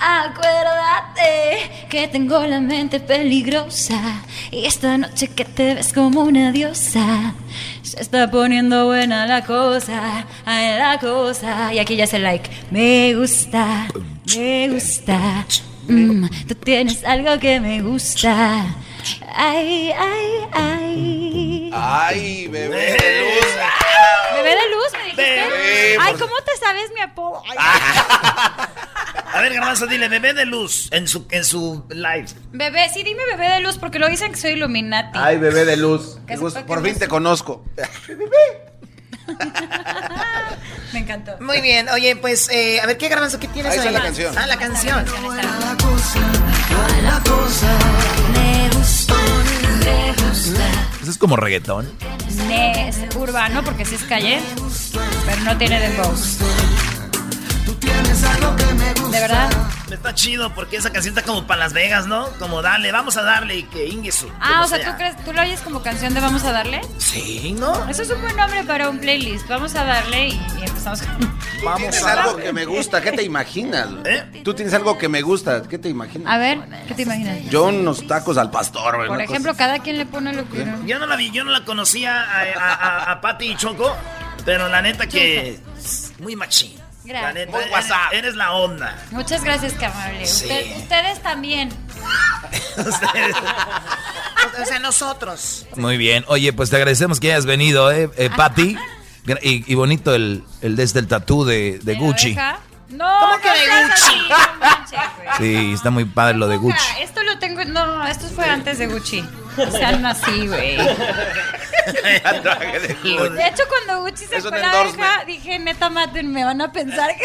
[SPEAKER 22] Acuérdate que tengo la mente peligrosa y esta noche que te ves como una diosa. Se está poniendo buena la cosa, ay, la cosa. Y aquí ya se like. Me gusta, me gusta. Mm, tú tienes algo que me gusta. Ay, ay, ay.
[SPEAKER 11] Ay, bebé.
[SPEAKER 22] Bebé de luz, me dijiste.
[SPEAKER 5] Bebé,
[SPEAKER 22] Ay,
[SPEAKER 5] por-
[SPEAKER 22] ¿cómo te sabes mi apodo? Ay,
[SPEAKER 5] A ver, Garbanzo, dile, bebé de luz en su, en su live.
[SPEAKER 22] Bebé, sí, dime bebé de luz porque lo dicen que soy Illuminati.
[SPEAKER 11] Ay, bebé de luz.
[SPEAKER 22] Que
[SPEAKER 11] Luz,
[SPEAKER 22] sepa que
[SPEAKER 11] Por
[SPEAKER 22] no
[SPEAKER 11] fin te
[SPEAKER 22] soy-
[SPEAKER 11] conozco.
[SPEAKER 22] Me encantó.
[SPEAKER 15] Muy bien, oye, pues, eh, a ver, ¿qué garbanzo? ¿Qué tienes
[SPEAKER 11] Ahí está
[SPEAKER 15] ahí?
[SPEAKER 11] la canción.
[SPEAKER 15] Ah, la canción.
[SPEAKER 22] Me gusta, me gusta.
[SPEAKER 6] Eso es como reggaetón.
[SPEAKER 22] Me- es urbano porque sí es calle, pero no tiene dembow. De verdad.
[SPEAKER 5] Está chido porque esa canción está como para Las Vegas, ¿no? Como dale, vamos a darle y que Ingesu.
[SPEAKER 22] Ah, o sea, ¿tú crees, tú lo oyes como canción de Vamos a darle?
[SPEAKER 5] Sí, ¿no?
[SPEAKER 22] Eso es un buen nombre para un playlist. Vamos a darle y, y empezamos con...
[SPEAKER 11] Vamos a algo que me gusta. ¿Qué te imaginas? Tú tienes algo que me gusta. ¿Qué te imaginas?
[SPEAKER 22] A ver, ¿qué te imaginas?
[SPEAKER 11] Yo unos tacos al pastor. güey,
[SPEAKER 22] Por
[SPEAKER 11] una cosa-
[SPEAKER 22] ejemplo, cada quien le pone lo que...
[SPEAKER 5] Yo no la vi, yo no la conocía a, a, a- a Patty y Choco, pero la neta que es muy machín. La
[SPEAKER 22] Gracias.
[SPEAKER 5] neta, eres, eres la onda.
[SPEAKER 22] Muchas gracias, qué amable.
[SPEAKER 5] Sí.
[SPEAKER 22] Usted- ustedes también.
[SPEAKER 15] O sea, nosotros.
[SPEAKER 6] Muy bien. Oye, pues te agradecemos que hayas venido, ¿eh, eh,
[SPEAKER 22] Ah.
[SPEAKER 6] Patty? Gra- Y, y bonito el, el desde el tatú de, de Gucci.
[SPEAKER 22] No,
[SPEAKER 15] ¿Cómo que
[SPEAKER 22] no
[SPEAKER 15] de
[SPEAKER 22] seas así,
[SPEAKER 15] Gucci?
[SPEAKER 22] no manches, güey.
[SPEAKER 6] Sí, está muy padre lo de Gucci.
[SPEAKER 22] Ah, Esto lo tengo. No, esto fue antes de Gucci. O sea, no así, güey. De hecho, cuando Gucci se
[SPEAKER 5] Es un
[SPEAKER 22] fue la
[SPEAKER 5] endorsement.
[SPEAKER 22] verga, dije, neta, mátenme, van a pensar que.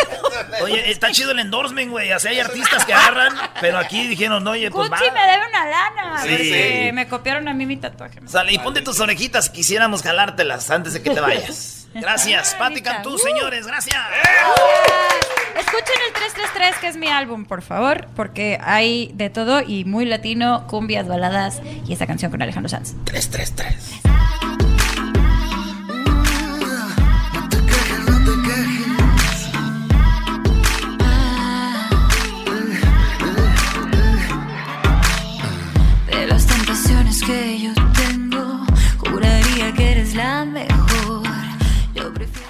[SPEAKER 5] Oye, está chido el endorsement, güey. Así hay artistas que agarran, pero aquí dijeron, oye, pues
[SPEAKER 22] Gucci
[SPEAKER 5] va.
[SPEAKER 22] me debe una lana.
[SPEAKER 5] Sí.
[SPEAKER 22] porque Me copiaron a mí mi tatuaje.
[SPEAKER 5] Sale y ponte tus orejitas, quisiéramos
[SPEAKER 22] [LAUGHS] Ah,
[SPEAKER 5] jalártelas antes de que te vayas. Gracias, Pati Cantú, señores, gracias.
[SPEAKER 22] Uh. Escuchen el 333, que es mi álbum, por favor, porque hay de todo y muy latino, cumbias, baladas y esta canción con Alejandro Sanz.
[SPEAKER 3] 333.
[SPEAKER 4] De las tentaciones que yo tengo, juraría que eres la mejor. Yo prefiero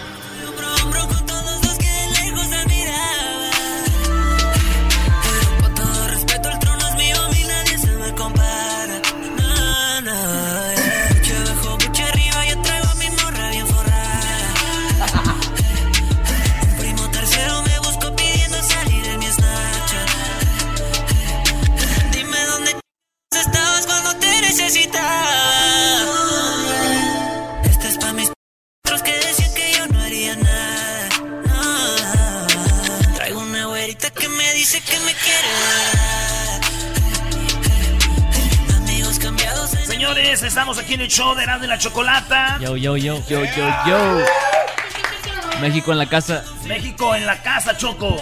[SPEAKER 19] Todo respeto, el trono es mío, a mí nadie se me compara. Na, na, eh. Buche abajo, buche arriba, yo traigo a mi morra bien forrada. [LAUGHS] Un primo tercero me busco pidiendo salir en mi Snapchat. [LAUGHS] Dime dónde ch- estabas cuando te necesitaba. Este es pa' mis otros que decían que yo no haría nada. No. Traigo una güerita que me dice que me quiere dar. Amigos cambiados en
[SPEAKER 5] Señores, estamos aquí en el show de Erasmo y la Chocolata.
[SPEAKER 23] Yo, yo, yo. Yo, yo, yo. México en la [LAUGHS] casa.
[SPEAKER 5] México en la casa, Choco.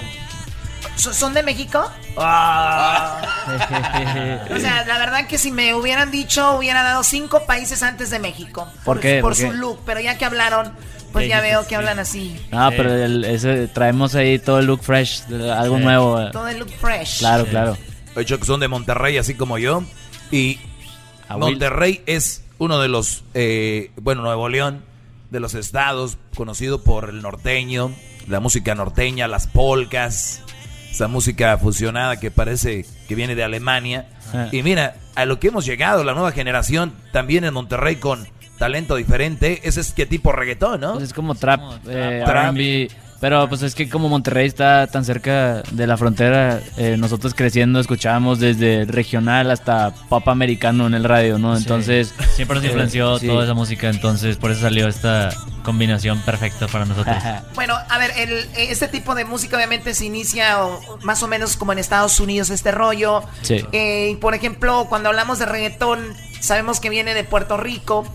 [SPEAKER 15] ¿So- ¿Son de México? O sea, la verdad que si me hubieran dicho, hubiera dado cinco países antes de México. Pues
[SPEAKER 23] ¿Por qué?
[SPEAKER 15] Por
[SPEAKER 23] ¿Por
[SPEAKER 15] su
[SPEAKER 23] qué?
[SPEAKER 15] look, pero ya que hablaron, pues
[SPEAKER 23] Sí,
[SPEAKER 15] ya
[SPEAKER 23] sí,
[SPEAKER 15] veo
[SPEAKER 23] sí.
[SPEAKER 15] que hablan así.
[SPEAKER 6] eh,
[SPEAKER 23] No, pero el- ese, traemos ahí todo el look fresh, de- algo
[SPEAKER 24] Sí.
[SPEAKER 23] nuevo. eh.
[SPEAKER 15] Todo el look fresh.
[SPEAKER 23] Claro, claro.
[SPEAKER 24] Oye, Choco, son de Monterrey, así como yo. Y
[SPEAKER 23] Will.
[SPEAKER 24] Monterrey es uno de los, eh, bueno, Nuevo León, de los estados conocido por el norteño, la música norteña, las polcas, esa música fusionada que parece que viene de Alemania.
[SPEAKER 23] Ah.
[SPEAKER 24] Y mira, a lo que hemos llegado, la nueva generación, también en Monterrey con talento diferente, ese es que tipo reggaetón, ¿no?
[SPEAKER 23] Es como trap, eh,
[SPEAKER 24] Trap.
[SPEAKER 23] R&B. Pero pues es que como Monterrey está tan cerca de la frontera, eh, nosotros creciendo escuchábamos desde regional hasta pop americano en el radio, ¿no?
[SPEAKER 6] Sí.
[SPEAKER 23] Entonces...
[SPEAKER 6] Siempre nos
[SPEAKER 23] eh,
[SPEAKER 6] influenció
[SPEAKER 23] sí.
[SPEAKER 6] toda esa música, entonces por eso salió esta combinación perfecta para nosotros.
[SPEAKER 15] [LAUGHS]
[SPEAKER 23] [LAUGHS]
[SPEAKER 15] Bueno, a ver, el, eh, este tipo de música obviamente se inicia o- o más o menos como en Estados Unidos este rollo.
[SPEAKER 6] Sí.
[SPEAKER 15] Eh, y por ejemplo, cuando hablamos de reggaetón, sabemos que viene de Puerto Rico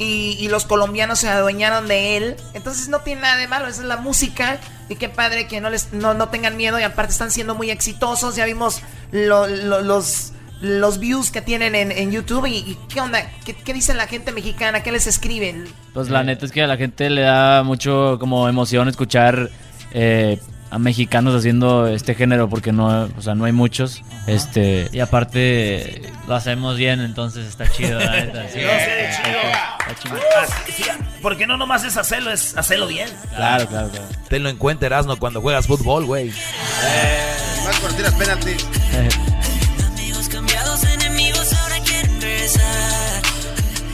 [SPEAKER 15] y, y los colombianos se adueñaron de él. Entonces no tiene nada de malo, esa es la música. Y qué padre que no, les, no, no tengan miedo y aparte están siendo muy exitosos. Ya vimos lo- lo- los, los views que tienen en, en YouTube. Y, y qué onda? ¿Qué, ¿Qué dice la gente mexicana? ¿Qué les escriben?
[SPEAKER 23] Pues la neta es que a la gente le da mucho como emoción escuchar eh, a mexicanos haciendo este género porque no, o sea, no hay muchos. Este
[SPEAKER 6] Y aparte lo hacemos bien, entonces está chido.
[SPEAKER 23] [LAUGHS]
[SPEAKER 6] la neta, sí.
[SPEAKER 5] No sé, chido. Así, sí, Porque no nomás es hacerlo, es hacerlo bien.
[SPEAKER 23] Claro, claro, claro.
[SPEAKER 24] Tenlo en cuenta, Erasno, cuando juegas fútbol, güey.
[SPEAKER 11] Más cortinas, penalti.
[SPEAKER 6] Amigos cambiados, enemigos ahora quieren regresar.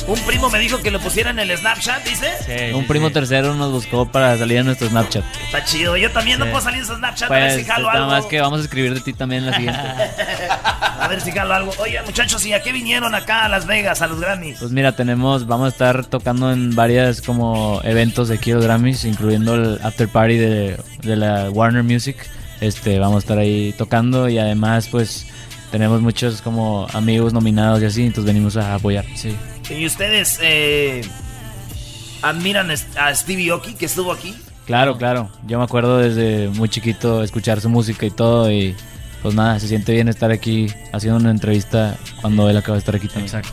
[SPEAKER 5] Un primo me dijo que lo pusiera en el Snapchat, dice.
[SPEAKER 23] un primo tercero nos buscó para salir en nuestro Snapchat.
[SPEAKER 5] Está chido. Yo también no
[SPEAKER 23] Sí.
[SPEAKER 5] puedo salir de ese Snapchat a ver
[SPEAKER 23] Pues
[SPEAKER 5] si jalo
[SPEAKER 23] nada
[SPEAKER 5] algo.
[SPEAKER 23] más que vamos a escribir de ti también la
[SPEAKER 5] [LAUGHS]
[SPEAKER 23] siguiente.
[SPEAKER 5] A ver si jalo algo. Oye, muchachos, ¿y a qué vinieron acá a Las Vegas, a los Grammys?
[SPEAKER 23] Pues mira, tenemos, vamos a estar tocando en varias como eventos de aquí de los Grammys, incluyendo el after party de, de la Warner Music. Este, vamos a estar ahí tocando y además pues tenemos muchos como amigos nominados y así, entonces venimos a apoyar. Sí.
[SPEAKER 5] ¿Y ustedes eh, admiran est- a Stevie Oki, que estuvo aquí?
[SPEAKER 23] Claro, claro. Yo me acuerdo desde muy chiquito escuchar su música y todo y pues nada, se siente bien estar aquí haciendo una entrevista cuando él acaba de estar aquí también. Exacto.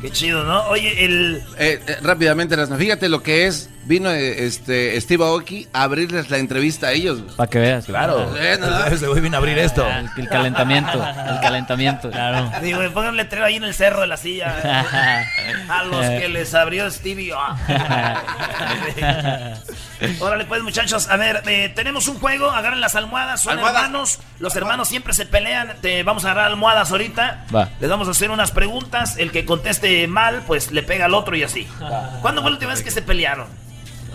[SPEAKER 5] Qué chido, ¿no? Oye, el...
[SPEAKER 11] Eh, eh, rápidamente, Erasmo, fíjate lo que es. Vino eh, este Steve Aoki a abrirles la entrevista a ellos.
[SPEAKER 23] Para que veas. Ah.
[SPEAKER 11] Claro.
[SPEAKER 24] [LAUGHS]
[SPEAKER 11] Eh, no, no.
[SPEAKER 23] [LAUGHS]
[SPEAKER 24] Ese güey vino a abrir esto.
[SPEAKER 23] El, el calentamiento, el calentamiento. Claro.
[SPEAKER 5] Digo, pongan un letrero ahí en el cerro de la silla. a los que les abrió
[SPEAKER 6] [LAUGHS]
[SPEAKER 5] Stevie Oki. Órale, pues, muchachos. A ver, eh, tenemos un juego. Agarren las almohadas. Son hermanos. Los hermanos siempre se pelean. Te vamos a agarrar almohadas ahorita.
[SPEAKER 23] Va.
[SPEAKER 5] Les vamos a hacer unas preguntas. El que conteste mal, pues le pega al otro y así. ¿Cuándo fue la última vez que se pelearon?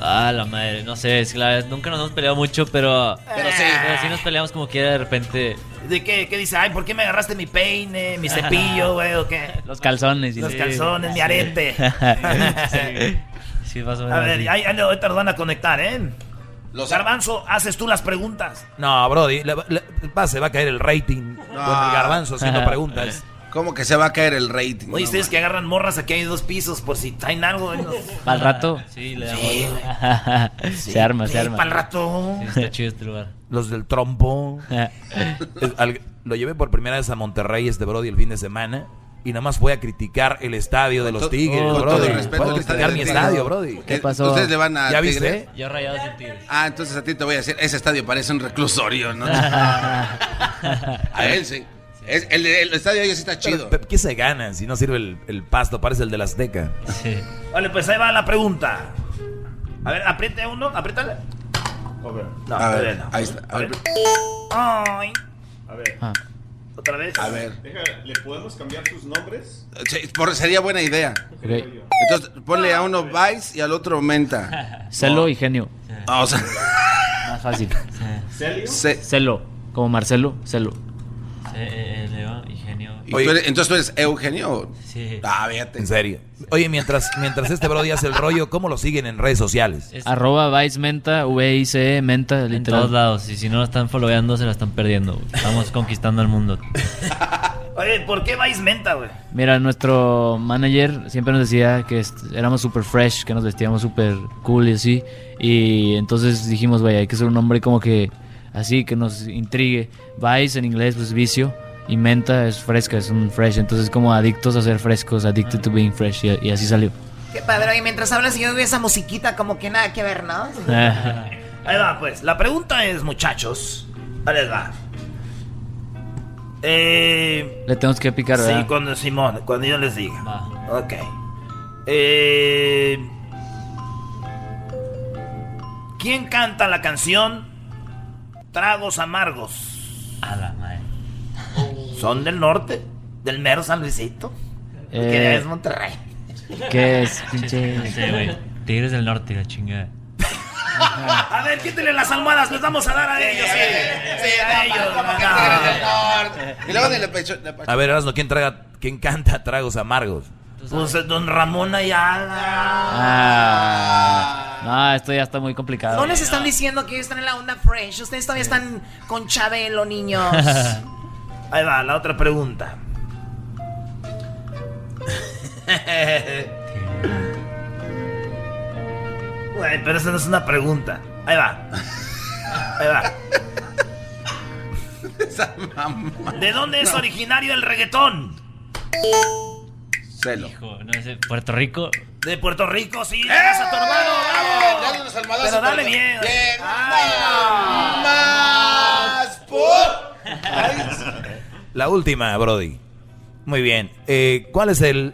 [SPEAKER 6] Ah, la madre, no sé, es que la verdad, nunca nos hemos peleado mucho, pero, pero, sí. nos peleamos como quiera de repente.
[SPEAKER 5] ¿De qué? ¿Qué dice? Ay, ¿por qué me agarraste mi peine, mi cepillo, güey, o qué?
[SPEAKER 23] Los calzones. y
[SPEAKER 5] Los
[SPEAKER 23] la-
[SPEAKER 5] calzones, mi arete.
[SPEAKER 23] [LAUGHS] Sí.
[SPEAKER 6] [LAUGHS] Sí, más o
[SPEAKER 5] A
[SPEAKER 6] menos.
[SPEAKER 5] ver,
[SPEAKER 6] sí.
[SPEAKER 5] ahí, ahí ahorita nos van a conectar, ¿eh? Los Garbanzo, haces tú las preguntas. Eh.
[SPEAKER 6] Eh.
[SPEAKER 24] No, Brody, le- le- va- se va a caer el rating con el garbanzo haciendo preguntas.
[SPEAKER 11] ¿Cómo que se va a caer el rating?
[SPEAKER 5] Oye, ustedes que agarran morras, aquí hay dos pisos por si traen algo. ¿eh?
[SPEAKER 23] Al rato. Sí,
[SPEAKER 5] le
[SPEAKER 23] [LAUGHS] Se arma, se arma.
[SPEAKER 5] Para el rato.
[SPEAKER 23] Sí, [LAUGHS] está chido este lugar.
[SPEAKER 6] Los
[SPEAKER 23] [LAUGHS]
[SPEAKER 6] del trompo. Es al- lo llevé por primera vez a Monterrey este Brody el fin de semana. Y nada más fue a criticar el estadio de los
[SPEAKER 11] to-
[SPEAKER 6] Tigres,
[SPEAKER 11] con todo
[SPEAKER 6] Brody.
[SPEAKER 11] el respeto
[SPEAKER 6] Fue a
[SPEAKER 11] al estadio
[SPEAKER 6] criticar
[SPEAKER 11] de
[SPEAKER 6] mi
[SPEAKER 11] Tigres.
[SPEAKER 6] estadio, Brody.
[SPEAKER 11] ¿Qué pasó? Ustedes le van a
[SPEAKER 6] ¿Ya
[SPEAKER 11] Tigres?
[SPEAKER 6] viste?
[SPEAKER 23] Yo rayados en Tigres.
[SPEAKER 11] Ah, entonces a ti te voy a decir, ese estadio parece un reclusorio, ¿no? a él sí. Es- el, el estadio de ellos sí está chido.
[SPEAKER 6] Pero, ¿Qué se ganan si no sirve el, el pasto? Parece el de la Azteca.
[SPEAKER 5] Vale, pues ahí va la pregunta. A ver, apriete uno, apriétale. No,
[SPEAKER 11] a ver,
[SPEAKER 5] no.
[SPEAKER 11] ahí está. A ver,
[SPEAKER 5] Ay.
[SPEAKER 9] A ver.
[SPEAKER 5] Otra vez.
[SPEAKER 11] A ver.
[SPEAKER 9] ¿le podemos cambiar sus nombres?
[SPEAKER 11] sí, por- sería buena idea. Entonces, ponle a uno Vice y al
[SPEAKER 23] [LAUGHS]
[SPEAKER 11] otro Menta.
[SPEAKER 23] Celo y genio.
[SPEAKER 11] Ah, o sea,
[SPEAKER 23] [LAUGHS] Más fácil.
[SPEAKER 11] ¿Celio? Ce-
[SPEAKER 23] Celo. Como Marcelo, Celo. Leo y genio.
[SPEAKER 11] ¿y tú eres- entonces tú eres Eugenio.
[SPEAKER 23] Sí.
[SPEAKER 11] Ah, fíjate.
[SPEAKER 6] En serio. Oye, mientras, mientras este Brody hace el rollo, ¿cómo lo siguen en redes sociales?
[SPEAKER 23] Arroba Vice Menta, V-I-C-E, E, Menta, literal. En todos lados. Y si no lo están followando, se la están perdiendo. güey. Estamos conquistando al mundo.
[SPEAKER 5] Oye, ¿por qué vais menta, güey?
[SPEAKER 23] Mira, nuestro manager siempre nos decía que est- éramos super fresh, que nos vestíamos super cool y así. Y entonces dijimos, güey, hay que ser un hombre como que así, que nos intrigue. Vice en inglés, pues vicio. Y menta es fresca, es un fresh. Entonces, como adictos a ser frescos, addicted to being fresh. Y, y así [LAUGHS] salió.
[SPEAKER 15] Qué padre. Y mientras hablas, yo veo esa musiquita como que nada que ver, ¿no?
[SPEAKER 5] Ahí va, pues. La pregunta es, muchachos. Ahí les va. Eh,
[SPEAKER 23] Le tenemos que picar, ¿verdad?
[SPEAKER 5] sí, cuando Simón, cuando yo les diga. Ok. Eh, ¿Quién canta la canción Tragos Amargos?
[SPEAKER 23] A la madre.
[SPEAKER 5] ¿Son del norte? ¿Del mero San Luisito?
[SPEAKER 23] Eh,
[SPEAKER 5] Que ya es Monterrey.
[SPEAKER 23] ¿Qué es, pinche? No sé, güey. Tigres del Norte, la chingada.
[SPEAKER 5] [LAUGHS] A ver, quítele las almohadas, les vamos a dar a ellos. Sí, a ellos.
[SPEAKER 11] Y luego de la pecho- la
[SPEAKER 6] A ver, Erasmo, ¿quién, traga, ¿quién canta tragos amargos?
[SPEAKER 5] Pues eh, don Ramón Ayala.
[SPEAKER 23] Ah. No, esto ya está muy complicado.
[SPEAKER 15] No les están diciendo que ellos están en la onda fresh. Ustedes todavía están con Chabelo, niños.
[SPEAKER 5] [LAUGHS] [LAUGHS] Ahí va, la otra pregunta. Güey, pero eso no es una pregunta. Ahí va. Ahí va. ¿De dónde es originario el reggaetón?
[SPEAKER 11] Celo.
[SPEAKER 23] Hijo, no sé, Puerto Rico.
[SPEAKER 5] De Puerto Rico, sí. ¡Eh! ¡Has atorado! ¡Bravo!
[SPEAKER 17] Dale unos almohadazos,
[SPEAKER 5] Pero dale
[SPEAKER 17] pero-
[SPEAKER 5] bien.
[SPEAKER 17] Bien.
[SPEAKER 5] Más.
[SPEAKER 6] La última, Brody. Muy bien. Eh, ¿Cuál es el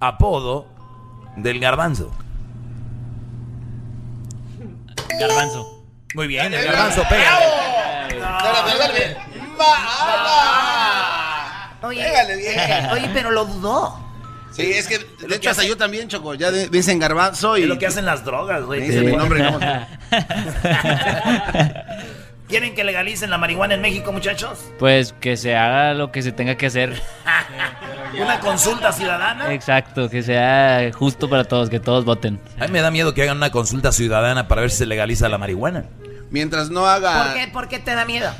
[SPEAKER 6] apodo del garbanzo?
[SPEAKER 23] Garbanzo.
[SPEAKER 6] Muy bien, el garbanzo pega.
[SPEAKER 15] Oye, eh,
[SPEAKER 11] Pégale bien.
[SPEAKER 15] Oye, pero lo dudó.
[SPEAKER 11] Sí, es que de hecho hasta yo también, Choco. Ya de- dicen garbanzo y.
[SPEAKER 5] Es lo que hacen las drogas, güey.
[SPEAKER 11] Me dicen mi nombre. ¿cómo?
[SPEAKER 15] [LAUGHS]
[SPEAKER 5] ¿Quieren que legalicen la marihuana en México, muchachos?
[SPEAKER 15] [LAUGHS]
[SPEAKER 23] Pues que se haga lo que se tenga que hacer.
[SPEAKER 5] Una consulta
[SPEAKER 6] Ah.
[SPEAKER 5] ciudadana.
[SPEAKER 23] Exacto, que sea justo para todos, que todos voten.
[SPEAKER 6] A mí me da miedo que hagan una consulta ciudadana para ver si se legaliza la marihuana.
[SPEAKER 11] Mientras no
[SPEAKER 15] ¿Por qué, ¿Por qué te da miedo?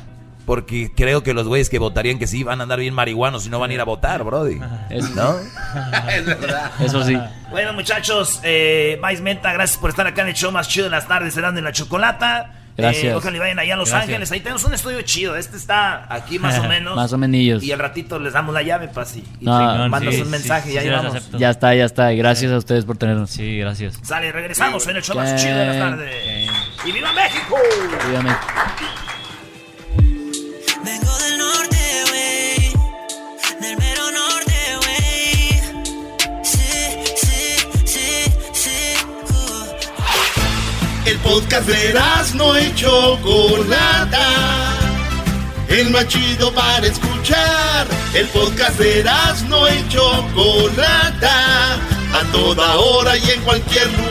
[SPEAKER 6] Porque creo que los güeyes que votarían que sí van a andar bien marihuanos y no van a ir a votar, Brody. ¿No?
[SPEAKER 11] es verdad.
[SPEAKER 23] Eso sí.
[SPEAKER 5] Bueno, muchachos, eh, Vice Menta, gracias por estar acá en el show más chido de las tardes, serán de la chocolata.
[SPEAKER 23] Gracias.
[SPEAKER 5] Eh, ojalá y vayan allá a Los
[SPEAKER 23] Gracias.
[SPEAKER 5] Ángeles. Ahí tenemos un estudio chido. Este está aquí más
[SPEAKER 23] [LAUGHS]
[SPEAKER 5] o menos.
[SPEAKER 23] Más o menillos.
[SPEAKER 5] Y al ratito les damos la llave, para si Y
[SPEAKER 23] No,
[SPEAKER 5] te
[SPEAKER 23] sí,
[SPEAKER 5] mandas
[SPEAKER 23] sí,
[SPEAKER 5] un mensaje
[SPEAKER 23] sí,
[SPEAKER 5] y ahí
[SPEAKER 23] sí, las
[SPEAKER 5] vamos.
[SPEAKER 23] acepto. Ya está, ya está. Y gracias a ustedes por tenernos. Sí, gracias.
[SPEAKER 5] Sale, regresamos en el show más chido de las tardes. ¡Y viva México!
[SPEAKER 13] Vengo del norte, wey. Del mero norte, wey. Sí, sí, sí, sí.
[SPEAKER 3] El podcast de no y Chocolata. El más chido para escuchar. El podcast de no y Chocolata. A toda hora y en cualquier lugar.